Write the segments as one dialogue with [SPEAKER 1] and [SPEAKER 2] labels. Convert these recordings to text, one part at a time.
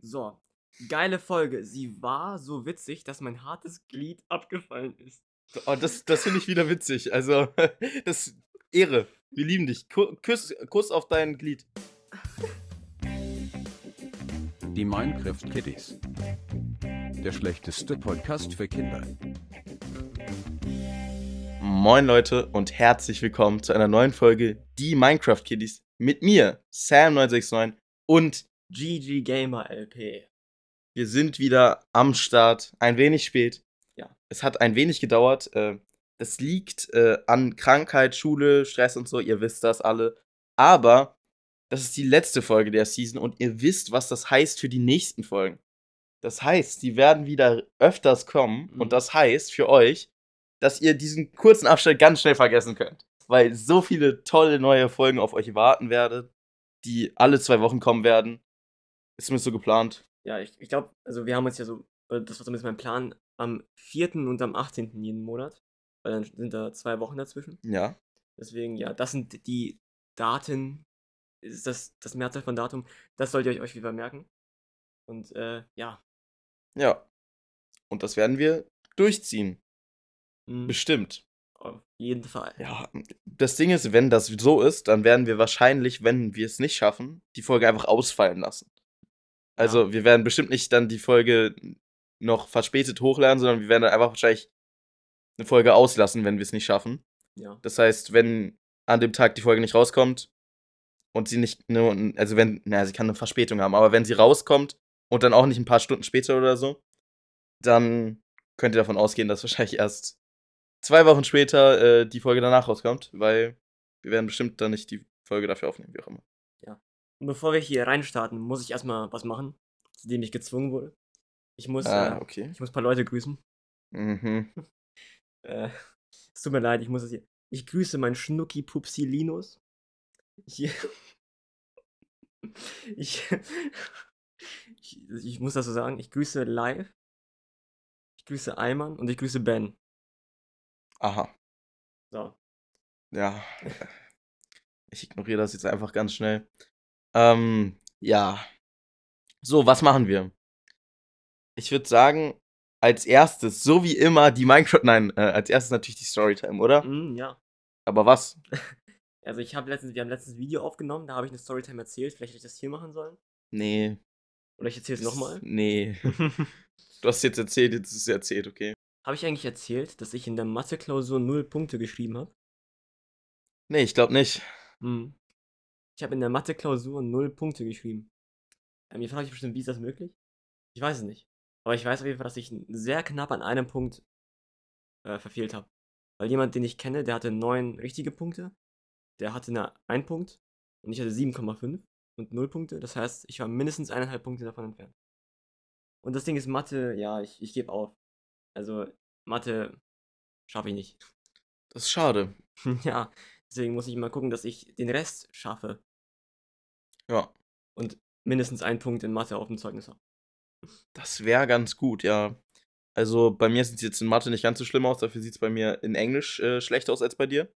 [SPEAKER 1] So, geile Folge. Sie war so witzig, dass mein hartes Glied abgefallen ist.
[SPEAKER 2] Oh, das, das finde ich wieder witzig. Also, das Ehre. Wir lieben dich. Ku- Kuss, Kuss auf dein Glied.
[SPEAKER 3] Die Minecraft Kitties. Der schlechteste Podcast für Kinder.
[SPEAKER 2] Moin Leute und herzlich willkommen zu einer neuen Folge Die Minecraft Kiddies mit mir, Sam969 und
[SPEAKER 1] GG Gamer LP.
[SPEAKER 2] wir sind wieder am Start. Ein wenig spät.
[SPEAKER 1] Ja.
[SPEAKER 2] Es hat ein wenig gedauert. äh, Das liegt äh, an Krankheit, Schule, Stress und so. Ihr wisst das alle. Aber das ist die letzte Folge der Season und ihr wisst, was das heißt für die nächsten Folgen. Das heißt, die werden wieder öfters kommen
[SPEAKER 1] Mhm.
[SPEAKER 2] und das heißt für euch, dass ihr diesen kurzen Abschnitt ganz schnell vergessen könnt. Weil so viele tolle neue Folgen auf euch warten werden, die alle zwei Wochen kommen werden. Ist zumindest so geplant.
[SPEAKER 1] Ja, ich, ich glaube, also wir haben uns ja so, oder das war zumindest mein Plan, am 4. und am 18. jeden Monat. Weil dann sind da zwei Wochen dazwischen.
[SPEAKER 2] Ja.
[SPEAKER 1] Deswegen, ja, das sind die Daten. Ist das das Mehrzahl von Datum? Das solltet ihr euch wieder merken. Und äh, ja.
[SPEAKER 2] Ja. Und das werden wir durchziehen.
[SPEAKER 1] mm,
[SPEAKER 2] Bestimmt.
[SPEAKER 1] Auf jeden Fall.
[SPEAKER 2] Ja. Das Ding ist, wenn das so ist, dann werden wir wahrscheinlich, wenn wir es nicht schaffen, die Folge einfach ausfallen lassen. Also, wir werden bestimmt nicht dann die Folge noch verspätet hochladen, sondern wir werden dann einfach wahrscheinlich eine Folge auslassen, wenn wir es nicht schaffen.
[SPEAKER 1] Ja.
[SPEAKER 2] Das heißt, wenn an dem Tag die Folge nicht rauskommt und sie nicht nur, also wenn, naja, sie kann eine Verspätung haben, aber wenn sie rauskommt und dann auch nicht ein paar Stunden später oder so, dann könnt ihr davon ausgehen, dass wahrscheinlich erst zwei Wochen später äh, die Folge danach rauskommt, weil wir werden bestimmt dann nicht die Folge dafür aufnehmen, wie auch immer.
[SPEAKER 1] Und bevor wir hier reinstarten, muss ich erstmal was machen, zu dem ich gezwungen wurde. Ich muss,
[SPEAKER 2] Ah,
[SPEAKER 1] äh,
[SPEAKER 2] okay.
[SPEAKER 1] ich muss ein paar Leute grüßen.
[SPEAKER 2] Mhm.
[SPEAKER 1] Äh, es tut mir leid, ich muss das hier. Ich grüße meinen Schnucki Pupsi Linus. Ich, ich, ich, ich muss das so sagen. Ich grüße Live. Ich grüße Eimann und ich grüße Ben.
[SPEAKER 2] Aha.
[SPEAKER 1] So.
[SPEAKER 2] Ja. äh, Ich ignoriere das jetzt einfach ganz schnell. Ähm, ja. So, was machen wir? Ich würde sagen, als erstes, so wie immer, die Minecraft. Nein, äh, als erstes natürlich die Storytime, oder?
[SPEAKER 1] Mm, ja.
[SPEAKER 2] Aber was?
[SPEAKER 1] Also ich habe letztens, wir haben letztens ein Video aufgenommen, da habe ich eine Storytime erzählt. Vielleicht hätte ich das hier machen sollen.
[SPEAKER 2] Nee.
[SPEAKER 1] Oder ich erzähle es nochmal.
[SPEAKER 2] Nee. Du hast jetzt erzählt, jetzt ist es erzählt, okay?
[SPEAKER 1] Habe ich eigentlich erzählt, dass ich in der Mathe-Klausur null Punkte geschrieben habe?
[SPEAKER 2] Nee, ich glaube nicht.
[SPEAKER 1] Hm. Ich habe in der Mathe-Klausur null Punkte geschrieben. Ähm, ihr fragt euch bestimmt, wie ist das möglich? Ich weiß es nicht. Aber ich weiß auf jeden Fall, dass ich n- sehr knapp an einem Punkt äh, verfehlt habe. Weil jemand, den ich kenne, der hatte neun richtige Punkte, der hatte eine 1 Punkt und ich hatte 7,5 und null Punkte. Das heißt, ich war mindestens eineinhalb Punkte davon entfernt. Und das Ding ist Mathe, ja, ich, ich gebe auf. Also Mathe schaffe ich nicht.
[SPEAKER 2] Das ist schade.
[SPEAKER 1] Ja, deswegen muss ich mal gucken, dass ich den Rest schaffe.
[SPEAKER 2] Ja.
[SPEAKER 1] Und mindestens einen Punkt in Mathe auf dem Zeugnis habe.
[SPEAKER 2] Das wäre ganz gut, ja. Also bei mir sieht es jetzt in Mathe nicht ganz so schlimm aus, dafür sieht es bei mir in Englisch äh, schlechter aus als bei dir.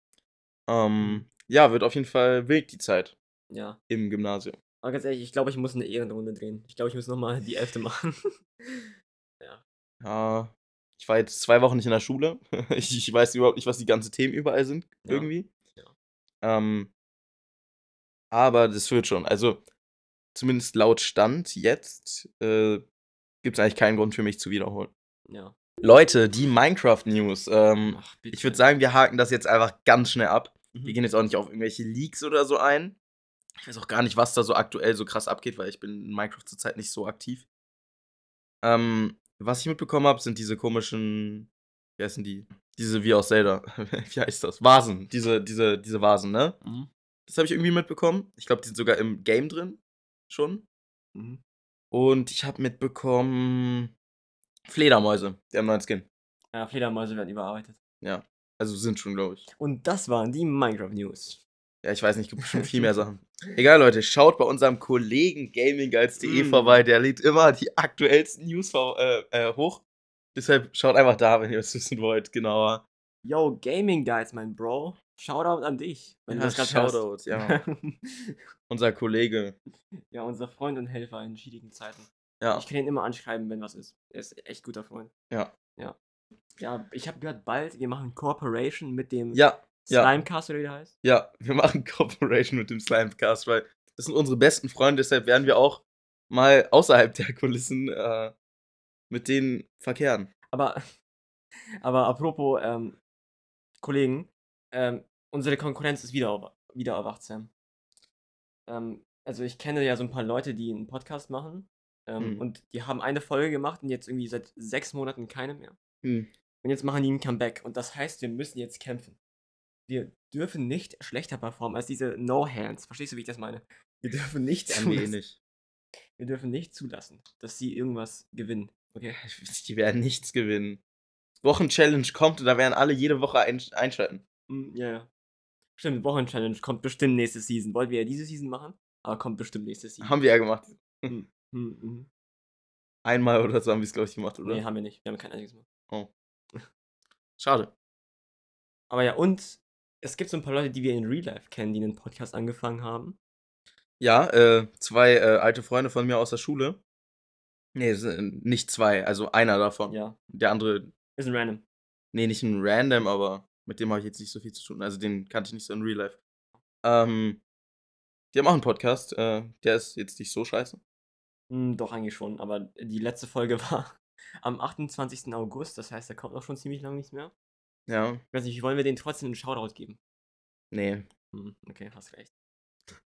[SPEAKER 2] Ähm, ja, wird auf jeden Fall wild die Zeit
[SPEAKER 1] Ja.
[SPEAKER 2] im Gymnasium.
[SPEAKER 1] Aber ganz ehrlich, ich glaube, ich muss eine Ehrenrunde drehen. Ich glaube, ich muss nochmal die Elfte machen.
[SPEAKER 2] Ja, ich war jetzt zwei Wochen nicht in der Schule. ich, ich weiß überhaupt nicht, was die ganzen Themen überall sind,
[SPEAKER 1] Ja,
[SPEAKER 2] irgendwie.
[SPEAKER 1] ja.
[SPEAKER 2] Ähm, aber das wird schon. Also, zumindest laut Stand jetzt äh, gibt es eigentlich keinen Grund für mich zu wiederholen.
[SPEAKER 1] ja.
[SPEAKER 2] Leute, die Minecraft-News. Ähm,
[SPEAKER 1] Ach, bitte.
[SPEAKER 2] Ich würde sagen, wir haken das jetzt einfach ganz schnell ab.
[SPEAKER 1] Mhm.
[SPEAKER 2] Wir gehen jetzt auch nicht auf irgendwelche Leaks oder so ein. Ich weiß auch gar nicht, was da so aktuell so krass abgeht, weil ich bin in Minecraft zurzeit nicht so aktiv. Ähm, was ich mitbekommen habe, sind diese komischen, wie heißen die? Diese wie aus Zelda. wie heißt das? Vasen. Diese, diese, diese Vasen, ne?
[SPEAKER 3] Mhm.
[SPEAKER 2] Das habe ich irgendwie mitbekommen. Ich glaube, die sind sogar im Game drin. Schon.
[SPEAKER 1] Mhm.
[SPEAKER 2] Und ich habe mitbekommen. Fledermäuse. Die haben einen neuen Skin.
[SPEAKER 1] Ja, Fledermäuse werden überarbeitet.
[SPEAKER 2] Also sind schon, glaube ich.
[SPEAKER 1] Und das waren die Minecraft News.
[SPEAKER 2] Ja, ich weiß nicht, gibt bestimmt viel mehr Sachen. Egal, Leute, schaut bei unserem Kollegen gamingguides.de
[SPEAKER 1] Mm.
[SPEAKER 2] vorbei, der lädt immer die aktuellsten News vor, äh, äh, hoch. Deshalb schaut einfach da, wenn ihr es wissen wollt, genauer.
[SPEAKER 1] Yo, Gaming Guides, mein Bro. Shoutout an dich. Wenn du das gerade hörst.
[SPEAKER 2] Shoutout, ja. Unser Kollege.
[SPEAKER 1] ja, unser Freund und Helfer in schwierigen Zeiten.
[SPEAKER 2] Ja.
[SPEAKER 1] Ich kann ihn immer anschreiben, wenn was ist. Er ist echt guter Freund.
[SPEAKER 2] Ja.
[SPEAKER 1] Ja. Ja, ich habe gehört, bald, wir machen Corporation mit dem
[SPEAKER 2] Ja, ja.
[SPEAKER 1] Slimecast, oder wie der heißt.
[SPEAKER 2] ja, wir machen Cooperation mit dem Slimecast, weil das sind unsere besten Freunde, deshalb werden wir auch mal außerhalb der Kulissen äh, mit denen verkehren.
[SPEAKER 1] Aber, aber apropos ähm, Kollegen, ähm, unsere Konkurrenz ist wieder, erwa- wieder erwacht, Sam. Ähm, also ich kenne ja so ein paar Leute, die einen Podcast machen ähm,
[SPEAKER 2] Mhm.
[SPEAKER 1] und die haben eine Folge gemacht und jetzt irgendwie seit sechs Monaten keine mehr.
[SPEAKER 2] Hm.
[SPEAKER 1] Und jetzt machen die ein Comeback. Und das heißt, wir müssen jetzt kämpfen. Wir dürfen nicht schlechter performen als diese No-Hands. Verstehst du, wie ich das meine? Wir dürfen nicht
[SPEAKER 2] Werden wir eh
[SPEAKER 1] zulassen,
[SPEAKER 2] nicht.
[SPEAKER 1] wir dürfen nicht zulassen dass sie irgendwas gewinnen. Okay?
[SPEAKER 2] Die werden nichts gewinnen. Wochenchallenge kommt und da werden alle jede Woche ein einschalten.
[SPEAKER 1] Mm, ja, ja. Stimmt, Wochen-Challenge kommt bestimmt nächste Season. Wollten wir ja diese Season machen, aber kommt bestimmt nächste Season.
[SPEAKER 2] Haben wir ja gemacht.
[SPEAKER 1] Hm, mhm.
[SPEAKER 2] Einmal oder so haben wir es, glaube ich, gemacht, oder?
[SPEAKER 1] Nee, haben wir nicht. Wir haben kein einziges Mal.
[SPEAKER 2] Schade.
[SPEAKER 1] Aber ja, und es gibt so ein paar Leute, die wir in Real Life kennen, die einen Podcast angefangen haben.
[SPEAKER 2] Ja, äh, zwei äh, alte Freunde von mir aus der Schule. Nee, es sind nicht zwei, also einer davon.
[SPEAKER 1] Ja.
[SPEAKER 2] Der andere,
[SPEAKER 1] Ist ein random.
[SPEAKER 2] nee, nicht ein Random, aber mit dem habe ich jetzt nicht so viel zu tun. Also den kannte ich nicht so in Real Life. Ähm, die haben auch einen Podcast. Äh, der ist jetzt nicht so scheiße.
[SPEAKER 1] Hm, doch, eigentlich schon. Aber die letzte Folge war am 28. August. Das heißt, da kommt noch schon ziemlich lange nichts mehr.
[SPEAKER 2] Ja.
[SPEAKER 1] Ich weiß nicht, wollen wir denen trotzdem einen Shoutout geben?
[SPEAKER 2] Nee.
[SPEAKER 1] Hm, okay, hast recht.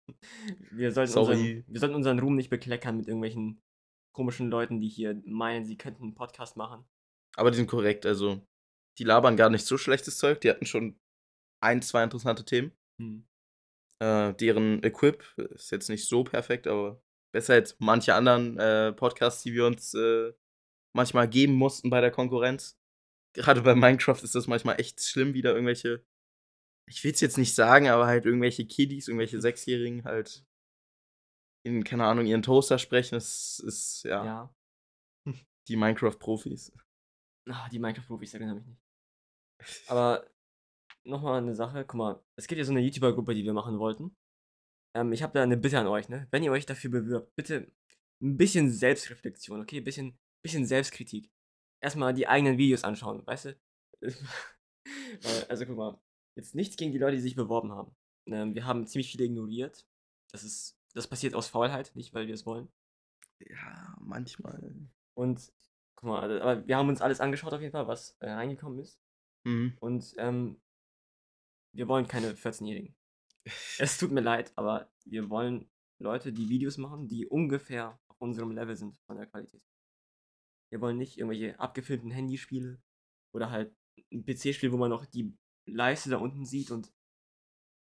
[SPEAKER 1] Wir sollten,
[SPEAKER 2] Sorry.
[SPEAKER 1] unseren, wir sollten unseren Ruhm nicht bekleckern mit irgendwelchen komischen Leuten, die hier meinen, sie könnten einen Podcast machen.
[SPEAKER 2] Aber die sind korrekt, also die labern gar nicht so schlechtes Zeug. Die hatten schon ein, zwei interessante Themen.
[SPEAKER 1] Hm.
[SPEAKER 2] Äh, deren Equip ist jetzt nicht so perfekt, aber besser als manche anderen äh, Podcasts, die wir uns äh, manchmal geben mussten bei der Konkurrenz. Gerade bei Minecraft ist das manchmal echt schlimm, wie da irgendwelche, ich will es jetzt nicht sagen, aber halt irgendwelche Kiddies, irgendwelche Sechsjährigen halt in, keine Ahnung, ihren Toaster sprechen. Das ist, ja,
[SPEAKER 1] Ja.
[SPEAKER 2] die Minecraft-Profis.
[SPEAKER 1] Ah, die Minecraft-Profis erinnern mich nicht. Aber nochmal eine Sache, guck mal, es gibt ja so eine YouTuber-Gruppe, die wir machen wollten. Ähm, ich habe da eine Bitte an euch, ne? Wenn ihr euch dafür bewirbt, bitte ein bisschen Selbstreflexion, okay? Ein bisschen, bisschen Selbstkritik. Erstmal die eigenen Videos anschauen, weißt du? Weil, also guck mal, jetzt nichts gegen die Leute, die sich beworben haben. Ähm, wir haben ziemlich viele ignoriert. Das ist, das passiert aus Faulheit, nicht weil wir es wollen.
[SPEAKER 2] Ja, manchmal.
[SPEAKER 1] Und guck mal, aber wir haben uns alles angeschaut auf jeden Fall, was äh, reingekommen ist.
[SPEAKER 2] Mhm.
[SPEAKER 1] Und ähm, wir wollen keine 14-Jährigen. Es tut mir leid, aber wir wollen Leute, die Videos machen, die ungefähr auf unserem Level sind von der Qualität. Wir wollen nicht irgendwelche abgefilmten Handyspiele oder halt ein PC-Spiel, wo man noch die Leiste da unten sieht und.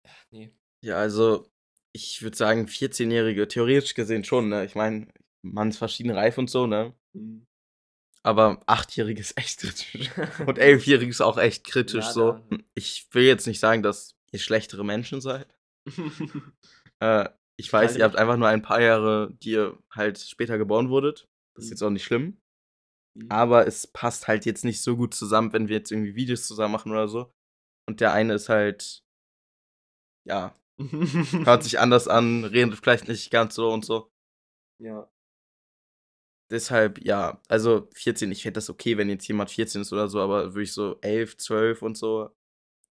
[SPEAKER 1] Ach, nee.
[SPEAKER 2] Ja, also ich würde sagen, 14-Jährige, theoretisch gesehen schon, ne? Ich meine, man ist verschiedene reif und so, ne?
[SPEAKER 1] Hm.
[SPEAKER 2] Aber 8-Jährige ist echt kritisch. Und 11-Jährige ist auch echt kritisch
[SPEAKER 1] Ja,
[SPEAKER 2] so. Hm,
[SPEAKER 1] da-
[SPEAKER 2] Ich will jetzt nicht sagen, dass ihr schlechtere Menschen seid. Äh, ich weiß,
[SPEAKER 1] Teile-
[SPEAKER 2] ihr habt einfach nur ein paar Jahre, die ihr halt später geboren wurdet. Das ist
[SPEAKER 1] Mhm.
[SPEAKER 2] jetzt auch nicht schlimm.
[SPEAKER 1] Mhm.
[SPEAKER 2] Aber es passt halt jetzt nicht so gut zusammen, wenn wir jetzt irgendwie Videos zusammen machen oder so. Und der eine ist halt, ja, hört sich anders an, redet vielleicht nicht ganz so und so.
[SPEAKER 1] ja.
[SPEAKER 2] Deshalb, ja, also 14, ich fände das okay, wenn jetzt jemand 14 ist oder so, aber würde ich so 11, 12 und so,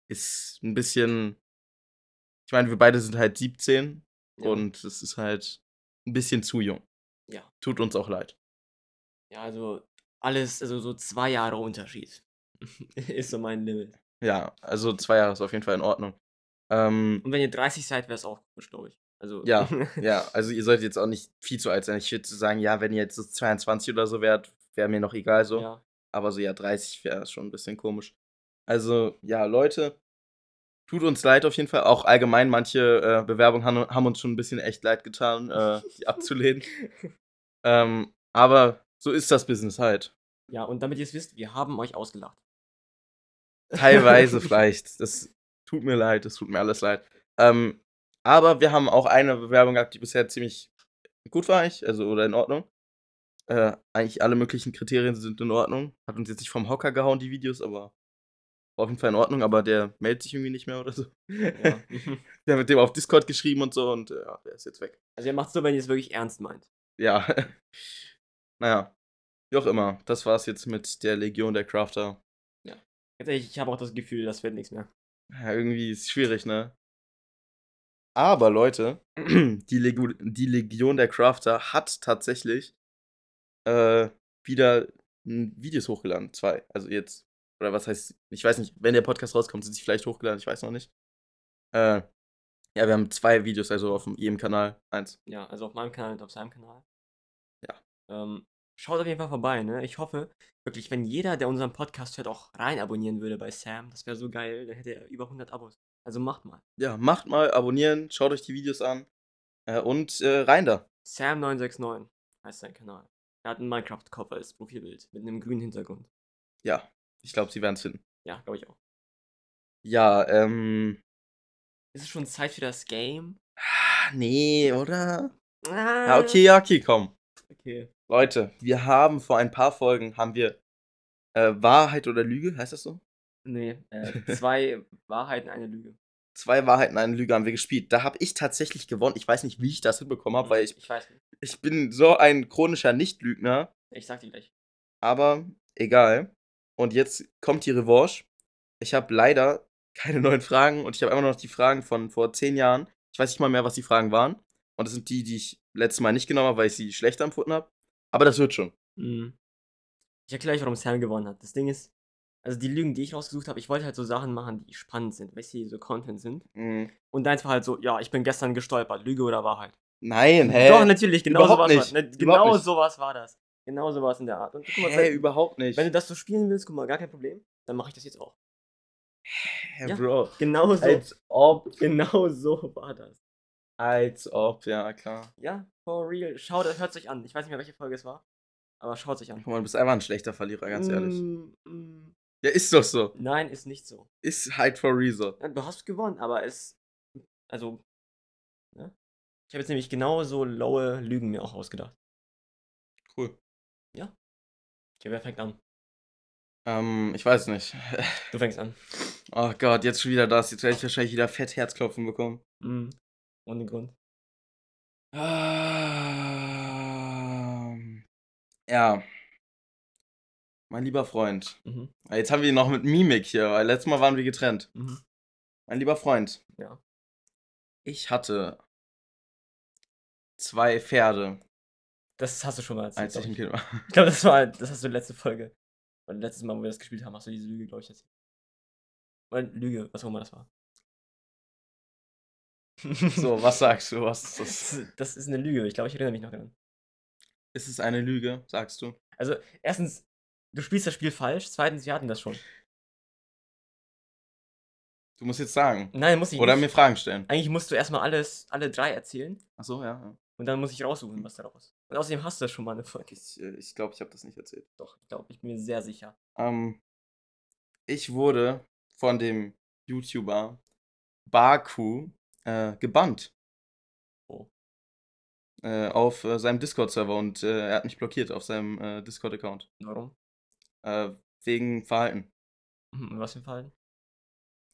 [SPEAKER 2] ist ein bisschen. Ich meine, wir beide sind halt 17
[SPEAKER 1] ja.
[SPEAKER 2] und es ist halt ein bisschen zu jung.
[SPEAKER 1] Ja.
[SPEAKER 2] Tut uns auch leid.
[SPEAKER 1] Ja, also alles, also so zwei Jahre Unterschied. ist so mein Limit.
[SPEAKER 2] Ja, also zwei Jahre ist auf jeden Fall in Ordnung. Ähm,
[SPEAKER 1] Und wenn ihr 30 seid, wäre es auch komisch, glaube ich. Also.
[SPEAKER 2] Ja. ja, also ihr solltet jetzt auch nicht viel zu alt sein. Ich würde sagen, ja, wenn ihr jetzt so 22 oder so wärt, wäre mir noch egal so.
[SPEAKER 1] Ja.
[SPEAKER 2] Aber so ja, 30 wäre schon ein bisschen komisch. Also, ja, Leute, tut uns leid auf jeden Fall. Auch allgemein, manche äh, Bewerbungen haben, haben uns schon ein bisschen echt leid getan, äh, die abzulehnen. ähm, aber so ist das Business halt.
[SPEAKER 1] ja, und damit ihr es wisst, wir haben euch ausgelacht.
[SPEAKER 2] Teilweise vielleicht. Das tut mir leid, das tut mir alles leid. Ähm, aber wir haben auch eine Bewerbung gehabt, die bisher ziemlich gut war, eigentlich, also oder in Ordnung. Äh, eigentlich alle möglichen Kriterien sind in Ordnung. Hat uns jetzt nicht vom Hocker gehauen, die Videos, aber war auf jeden Fall in Ordnung, aber der meldet sich irgendwie nicht mehr oder so.
[SPEAKER 1] Ja.
[SPEAKER 2] Wir haben mit dem auf Discord geschrieben und so und äh, ja, der ist jetzt weg.
[SPEAKER 1] Also ihr macht so, wenn ihr es wirklich ernst meint.
[SPEAKER 2] Ja. Naja, wie auch immer. Das war's jetzt mit der Legion der Crafter.
[SPEAKER 1] Ganz ehrlich, ich habe auch das Gefühl, das wird nichts mehr.
[SPEAKER 2] Ja, irgendwie ist schwierig, ne? Aber Leute, die, Legu die Legion der Crafter hat tatsächlich äh, wieder n- Videos hochgeladen. Zwei. Also jetzt. Oder was heißt. Ich weiß nicht, wenn der Podcast rauskommt, sind sie vielleicht hochgeladen, ich weiß noch nicht. Äh, ja, wir haben zwei Videos, also auf dem- jedem Kanal. Eins.
[SPEAKER 1] Ja, also auf meinem Kanal und auf seinem Kanal.
[SPEAKER 2] Ja.
[SPEAKER 1] Ähm, schaut auf jeden Fall vorbei, ne? Ich hoffe wirklich, wenn jeder, der unseren Podcast hört, auch rein abonnieren würde bei Sam, das wäre so geil, dann hätte er über 100 Abos. Also macht mal.
[SPEAKER 2] Ja, macht mal, abonnieren, schaut euch die Videos an. Äh, und äh, rein da.
[SPEAKER 1] Sam969 heißt sein Kanal. Er hat einen Minecraft-Kopf als Profilbild mit einem grünen Hintergrund.
[SPEAKER 2] Ja, ich glaube, sie werden es finden.
[SPEAKER 1] Ja, glaube ich auch.
[SPEAKER 2] Ja, ähm.
[SPEAKER 1] Ist es schon Zeit für das Game?
[SPEAKER 2] ah, Nee, oder?
[SPEAKER 1] Ah,
[SPEAKER 2] Ja, okay, ja, okay, komm.
[SPEAKER 1] Okay.
[SPEAKER 2] Leute, wir haben vor ein paar Folgen, haben wir äh, Wahrheit oder Lüge, heißt das so?
[SPEAKER 1] Nee, äh, zwei Wahrheiten, eine Lüge.
[SPEAKER 2] Zwei Wahrheiten, eine Lüge haben wir gespielt. Da habe ich tatsächlich gewonnen. Ich weiß nicht, wie ich das hinbekommen habe, weil ich,
[SPEAKER 1] Ich weiß nicht.
[SPEAKER 2] ich bin so ein chronischer Nichtlügner,
[SPEAKER 1] Ich sag dir gleich.
[SPEAKER 2] aber egal. Und jetzt kommt die Revanche. Ich habe leider keine neuen Fragen und ich habe immer noch die Fragen von vor zehn Jahren. Ich weiß nicht mal mehr, was die Fragen waren. Und das sind die, die ich letztes Mal nicht genommen habe, weil ich sie schlechter empfunden habe. Aber das wird schon.
[SPEAKER 1] Mhm. Ich erkläre euch, warum Sam gewonnen hat. Das Ding ist, also die Lügen, die ich rausgesucht habe, ich wollte halt so Sachen machen, die spannend sind, weißt du, die so Content sind.
[SPEAKER 2] Mhm.
[SPEAKER 1] Und deins war halt so, ja, ich bin gestern gestolpert, Lüge oder Wahrheit.
[SPEAKER 2] Nein, hä?
[SPEAKER 1] Doch, natürlich, genau
[SPEAKER 2] Überhaupt
[SPEAKER 1] sowas
[SPEAKER 2] nicht.
[SPEAKER 1] war ne,
[SPEAKER 2] Überhaupt
[SPEAKER 1] Genau
[SPEAKER 2] nicht.
[SPEAKER 1] sowas war das. Genau sowas in der Art. Und guck mal,
[SPEAKER 2] Hä,
[SPEAKER 1] wenn,
[SPEAKER 2] überhaupt nicht.
[SPEAKER 1] wenn du das so spielen willst, guck mal, gar kein Problem, dann mache ich das jetzt auch.
[SPEAKER 2] Hä,
[SPEAKER 1] Ja.
[SPEAKER 2] Bro.
[SPEAKER 1] Genau so,
[SPEAKER 2] Als ob,
[SPEAKER 1] genau so war das.
[SPEAKER 2] als ob, ja klar.
[SPEAKER 1] Ja, for real. Schaut, hört euch an. Ich weiß nicht mehr, welche Folge es war, aber schaut euch an.
[SPEAKER 2] Guck mal, du bist einfach ein schlechter Verlierer, ganz ehrlich.
[SPEAKER 1] Mm, mm.
[SPEAKER 2] Ja, ist doch so.
[SPEAKER 1] Nein, ist nicht so.
[SPEAKER 2] Ist halt for reason.
[SPEAKER 1] Ja, Du hast gewonnen, aber es. Also. Ne? Ich habe jetzt nämlich genau so laue Lügen mir auch ausgedacht.
[SPEAKER 2] Cool.
[SPEAKER 1] Okay, wer fängt an?
[SPEAKER 2] Ähm, ich weiß nicht.
[SPEAKER 1] Du fängst an.
[SPEAKER 2] Oh Gott, jetzt schon wieder das. Jetzt werde ich wahrscheinlich wieder fett Herzklopfen bekommen.
[SPEAKER 1] Mhm. Ohne Grund.
[SPEAKER 2] Ähm, Ja. Mein lieber Freund.
[SPEAKER 1] Mhm.
[SPEAKER 2] Ah, Jetzt haben wir ihn noch mit Mimik hier, weil letztes Mal waren wir getrennt.
[SPEAKER 1] Mhm.
[SPEAKER 2] Mein lieber Freund.
[SPEAKER 1] Ja.
[SPEAKER 2] Ich hatte zwei Pferde,
[SPEAKER 1] Das hast du schon mal erzählt.
[SPEAKER 2] als ich
[SPEAKER 1] glaub
[SPEAKER 2] ein
[SPEAKER 1] Ich,
[SPEAKER 2] Kind war.
[SPEAKER 1] ich glaube, das war. Das hast du letzte Folge. Weil letztes Mal, wo wir das gespielt haben, hast du diese Lüge, glaube ich, jetzt. Weil Lüge, was auch immer das war.
[SPEAKER 2] So, was sagst du? Was ist das?
[SPEAKER 1] Das, das ist eine Lüge. Ich glaube, ich erinnere mich noch daran.
[SPEAKER 2] Ist es eine Lüge, sagst du?
[SPEAKER 1] Also, erstens, du spielst das Spiel falsch. Zweitens, wir hatten das schon.
[SPEAKER 2] Du musst jetzt sagen.
[SPEAKER 1] Nein, muss ich
[SPEAKER 2] Oder
[SPEAKER 1] nicht.
[SPEAKER 2] mir Fragen stellen.
[SPEAKER 1] Eigentlich musst du erstmal alles, alle drei erzählen
[SPEAKER 2] Achso, ja. ja.
[SPEAKER 1] und dann muss ich raussuchen, was daraus. Und außerdem hast du ja schon mal eine Folge.
[SPEAKER 2] Ich äh, ich, glaube, ich habe das nicht erzählt.
[SPEAKER 1] Doch, ich glaube, ich bin mir sehr sicher.
[SPEAKER 2] Ähm, ich wurde von dem YouTuber Baku äh, gebannt.
[SPEAKER 1] Oh.
[SPEAKER 2] Äh, auf äh, seinem Discord-Server und äh, er hat mich blockiert auf seinem äh, Discord-Account.
[SPEAKER 1] Warum?
[SPEAKER 2] Äh, wegen Verhalten.
[SPEAKER 1] Hm, In was für Fallen?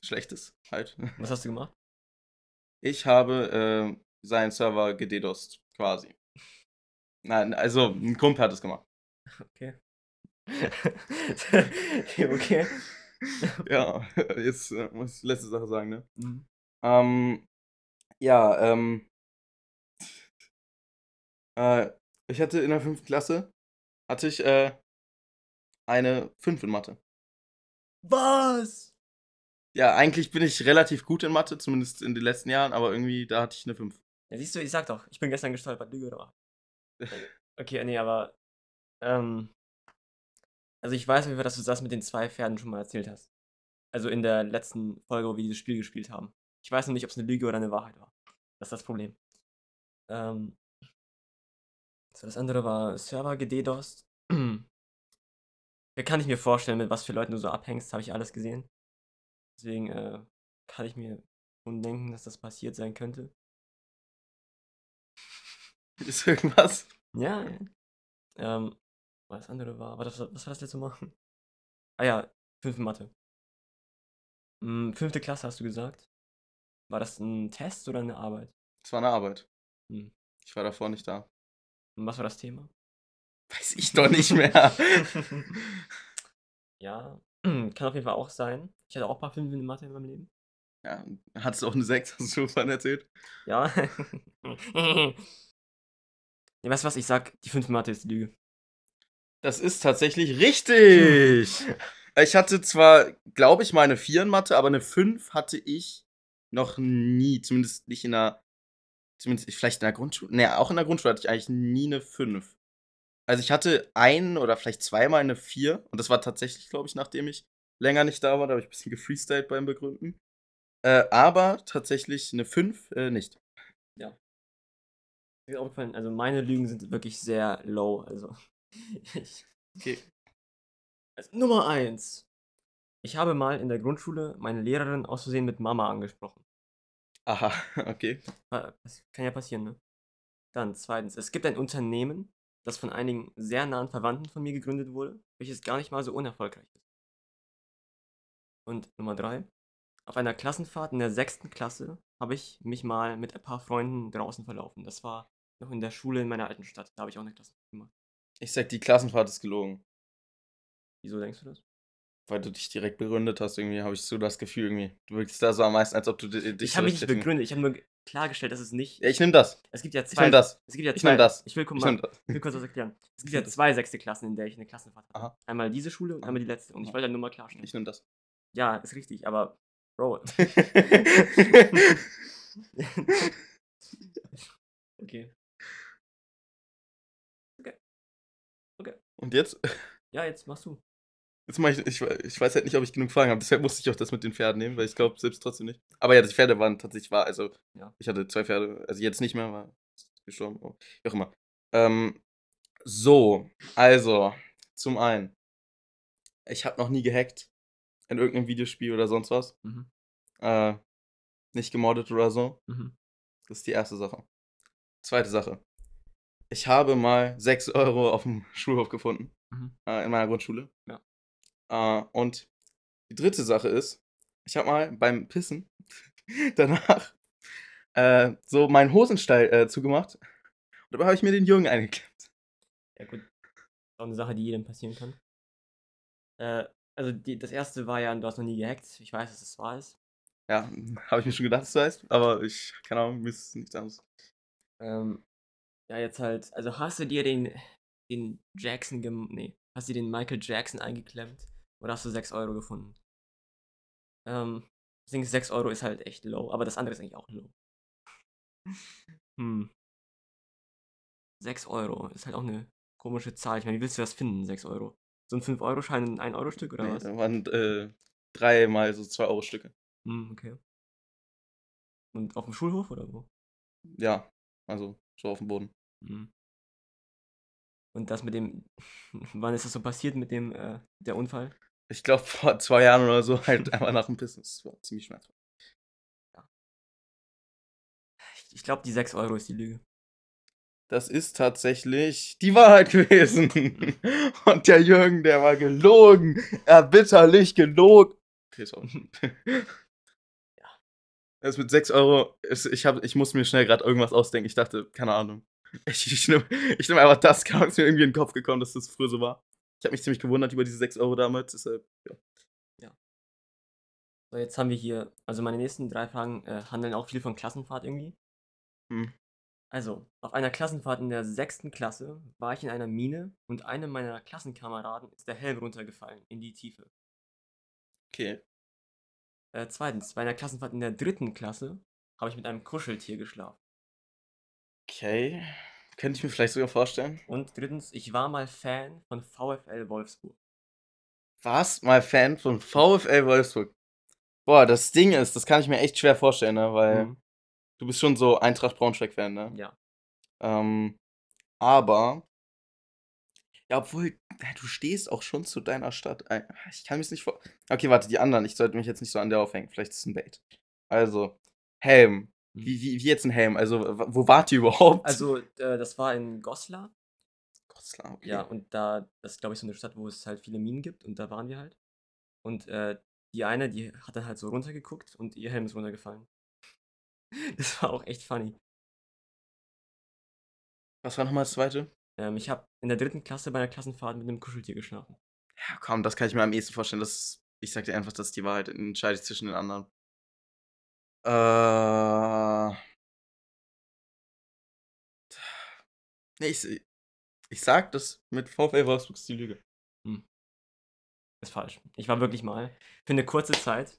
[SPEAKER 2] Schlechtes halt.
[SPEAKER 1] Was hast du gemacht?
[SPEAKER 2] Ich habe äh, seinen Server gededost, quasi. Nein, also ein Kumpel hat es gemacht.
[SPEAKER 1] Okay. okay.
[SPEAKER 2] Ja, jetzt äh, muss ich die letzte Sache sagen, ne?
[SPEAKER 1] Mhm.
[SPEAKER 2] Ähm, ja, ähm. Äh, ich hatte in der fünften Klasse, hatte ich äh, eine 5 in Mathe.
[SPEAKER 1] Was?
[SPEAKER 2] Ja, eigentlich bin ich relativ gut in Mathe, zumindest in den letzten Jahren, aber irgendwie da hatte ich eine 5.
[SPEAKER 1] Ja, siehst du, ich sag doch, ich bin gestern gestolpert, Lüge oder was? Okay, nee, aber. Ähm, also, ich weiß auf jeden Fall, dass du das mit den zwei Pferden schon mal erzählt hast. Also in der letzten Folge, wo wir dieses Spiel gespielt haben. Ich weiß noch nicht, ob es eine Lüge oder eine Wahrheit war. Das ist das Problem. Ähm, so, das andere war Server gededost. Da kann ich mir vorstellen, mit was für Leuten du so abhängst, habe ich alles gesehen. Deswegen äh, kann ich mir schon denken, dass das passiert sein könnte.
[SPEAKER 2] Ist irgendwas?
[SPEAKER 1] Ja. ja. Ähm, was das andere war, was, was was war das letzte Mal? Ah ja, fünfte Mathe. Hm, fünfte Klasse hast du gesagt. War das ein Test oder eine Arbeit?
[SPEAKER 2] Es war eine Arbeit.
[SPEAKER 1] Hm.
[SPEAKER 2] Ich war davor nicht da.
[SPEAKER 1] Und was war das Thema?
[SPEAKER 2] Weiß ich doch nicht mehr.
[SPEAKER 1] Ja, kann auf jeden Fall auch sein. Ich hatte auch ein paar Fünfen in Mathe in meinem Leben.
[SPEAKER 2] ja, hattest du auch eine 6, hast du vorhin erzählt?
[SPEAKER 1] Ja. ja weißt du was, ich sag, die 5 in Mathe ist die Lüge.
[SPEAKER 2] Das ist tatsächlich richtig. ich hatte zwar, glaube ich, mal eine 4 in Mathe, aber eine 5 hatte ich noch nie. Zumindest nicht in der. Zumindest vielleicht in der Grundschule. Ne, auch in der Grundschule hatte ich eigentlich nie eine 5. Also ich hatte ein oder vielleicht zweimal eine 4. Und das war tatsächlich, glaube ich, nachdem ich länger nicht da war. Da habe ich ein bisschen gefreestylt beim Begründen. Äh, aber tatsächlich eine 5 äh, nicht.
[SPEAKER 1] Mir ist aufgefallen, also meine Lügen sind wirklich sehr low. Also, ich,
[SPEAKER 2] Okay.
[SPEAKER 1] also Nummer 1. Ich habe mal in der Grundschule meine Lehrerin aus Versehen mit Mama angesprochen.
[SPEAKER 2] Aha, okay.
[SPEAKER 1] Äh, Das kann ja passieren, ne? Dann zweitens, es gibt ein Unternehmen, das von einigen sehr nahen Verwandten von mir gegründet wurde, welches gar nicht mal so unerfolgreich ist. Und Nummer drei, auf einer Klassenfahrt in der sechsten Klasse habe ich mich mal mit ein paar Freunden draußen verlaufen. Das war noch in der Schule in meiner alten Stadt. Da habe ich auch eine Klassenfahrt gemacht.
[SPEAKER 2] Ich sag, die Klassenfahrt ist gelogen.
[SPEAKER 1] Wieso denkst du das?
[SPEAKER 2] weil du dich direkt begründet hast, irgendwie habe ich so das Gefühl, irgendwie. Du wirkst da so am meisten, als ob du di- dich
[SPEAKER 1] ich habe mich nicht
[SPEAKER 2] direkt hättest-
[SPEAKER 1] begründet, ich habe nur ge- klargestellt, dass es nicht.
[SPEAKER 2] Ja, ich nehme das.
[SPEAKER 1] es gibt ja
[SPEAKER 2] Ich
[SPEAKER 1] zwei.
[SPEAKER 2] nehme das.
[SPEAKER 1] Es gibt ja
[SPEAKER 2] Ich
[SPEAKER 1] zwei.
[SPEAKER 2] nehm das.
[SPEAKER 1] Ich will, guck
[SPEAKER 2] Ich
[SPEAKER 1] mal,
[SPEAKER 2] nehme das.
[SPEAKER 1] Ich will kurz was erklären. Es gibt ja zwei sechste Klassen, in der ich eine Klassenfahrt hatte.
[SPEAKER 2] Aha.
[SPEAKER 1] Einmal diese Schule und einmal die letzte. Und ich
[SPEAKER 2] Aha.
[SPEAKER 1] wollte ja nur mal klarstellen.
[SPEAKER 2] Ich nehme das.
[SPEAKER 1] Ja, ist richtig, aber Bro. okay.
[SPEAKER 2] Und jetzt?
[SPEAKER 1] Ja, jetzt machst du.
[SPEAKER 2] Jetzt mach ich, ich, ich weiß halt nicht, ob ich genug Fragen habe. Deshalb musste ich auch das mit den Pferden nehmen, weil ich glaube selbst trotzdem nicht. Aber ja, die Pferde waren tatsächlich wahr. Also,
[SPEAKER 1] Ja.
[SPEAKER 2] ich hatte zwei Pferde. Also, jetzt nicht mehr, war gestorben. Oh, wie auch immer. Ähm, so, also, zum einen, ich habe noch nie gehackt in irgendeinem Videospiel oder sonst was.
[SPEAKER 1] Mhm.
[SPEAKER 2] äh, nicht gemordet oder so.
[SPEAKER 1] Mhm.
[SPEAKER 2] Das ist die erste Sache. Zweite Sache. Ich habe mal 6 Euro auf dem Schulhof gefunden.
[SPEAKER 1] Mhm.
[SPEAKER 2] Äh, in meiner Grundschule.
[SPEAKER 1] Ja.
[SPEAKER 2] Äh, und die dritte Sache ist, ich habe mal beim Pissen danach äh, so meinen Hosenstall äh, zugemacht. Und dabei habe ich mir den Jungen eingeklemmt.
[SPEAKER 1] Ja, gut. Ist auch eine Sache, die jedem passieren kann. Äh, also die, das erste war ja, du hast noch nie gehackt. Ich weiß, dass es das wahr ist.
[SPEAKER 2] Ja, habe ich mir schon gedacht, dass das heißt. Aber ich, keine Ahnung, mir ist nichts anderes.
[SPEAKER 1] Ähm, ja, jetzt halt. Also hast du dir den, den Jackson gem. Nee. Hast du dir den Michael Jackson eingeklemmt? Oder hast du 6 Euro gefunden? Ähm, deswegen 6 Euro ist halt echt low, aber das andere ist eigentlich auch low. Hm. 6 Euro ist halt auch eine komische Zahl. Ich meine, wie willst du das finden, 6 Euro? So ein 5-Euro-Schein in ein 1-Euro-Stück oder
[SPEAKER 2] Nee,
[SPEAKER 1] was?
[SPEAKER 2] da waren äh, dreimal so 2 Euro Stücke.
[SPEAKER 1] Hm, okay. Und auf dem Schulhof oder wo?
[SPEAKER 2] Ja, also so auf dem Boden.
[SPEAKER 1] Mhm. Und das mit dem, wann ist das so passiert mit dem, äh, der Unfall?
[SPEAKER 2] Ich glaube, vor zwei Jahren oder so, halt einfach nach dem Pissen. Das war ziemlich schmerzhaft.
[SPEAKER 1] Ich, ich glaube, die 6 Euro ist die Lüge.
[SPEAKER 2] Das ist tatsächlich die Wahrheit gewesen. Und der Jürgen, der war gelogen. Er hat bitterlich gelogen. Okay, sorry. Das mit 6 Euro, ist, ich, hab, ich muss mir schnell gerade irgendwas ausdenken. Ich dachte, keine Ahnung. Ich, ich nehme ich nehm einfach das, kam es mir irgendwie in den Kopf gekommen, dass das früher so war. Ich habe mich ziemlich gewundert über diese 6 Euro damals. Deshalb, ja.
[SPEAKER 1] So, jetzt haben wir hier, also meine nächsten drei Fragen äh, handeln auch viel von Klassenfahrt irgendwie.
[SPEAKER 2] Hm.
[SPEAKER 1] Also, auf einer Klassenfahrt in der sechsten Klasse war ich in einer Mine und einem meiner Klassenkameraden ist der Helm runtergefallen in die Tiefe.
[SPEAKER 2] Okay.
[SPEAKER 1] Äh, zweitens, bei einer Klassenfahrt in der dritten Klasse habe ich mit einem Kuscheltier geschlafen.
[SPEAKER 2] Okay. Könnte ich mir vielleicht sogar vorstellen.
[SPEAKER 1] Und drittens, ich war mal Fan von VfL Wolfsburg.
[SPEAKER 2] warst mal Fan von VfL Wolfsburg. Boah, das Ding ist, das kann ich mir echt schwer vorstellen, ne? weil
[SPEAKER 1] Mhm.
[SPEAKER 2] du bist schon so Eintracht Braunschweig-Fan, ne?
[SPEAKER 1] Ja.
[SPEAKER 2] Ähm, aber, ja, obwohl, ja, du stehst auch schon zu deiner Stadt. ein. Ich kann mir's nicht vor... Okay, warte, die anderen, ich sollte mich jetzt nicht so an der aufhängen, vielleicht ist es ein Bait. Also, Helm.
[SPEAKER 1] Mhm.
[SPEAKER 2] Wie, wie, wie jetzt ein Helm? Also, wa- wo wart ihr überhaupt?
[SPEAKER 1] Also, äh, das war in Goslar.
[SPEAKER 2] Goslar, okay.
[SPEAKER 1] Ja, und da, das ist, glaube ich, so eine Stadt, wo es halt viele Minen gibt und da waren wir halt. Und äh, die eine, die hat dann halt so runtergeguckt und ihr Helm ist runtergefallen. Das war auch echt funny.
[SPEAKER 2] Was war nochmal das zweite?
[SPEAKER 1] Ähm, ich habe in der dritten Klasse bei einer Klassenfahrt mit einem Kuscheltier geschlafen.
[SPEAKER 2] Ja, komm, das kann ich mir am ehesten vorstellen. Das ist, ich sag dir einfach, das ist die Wahrheit. Entscheide ich zwischen den anderen. Äh. Nee, ich, ich sag das mit VfL Wolfsburg ist die Lüge.
[SPEAKER 1] Ist falsch. Ich war wirklich mal für eine kurze Zeit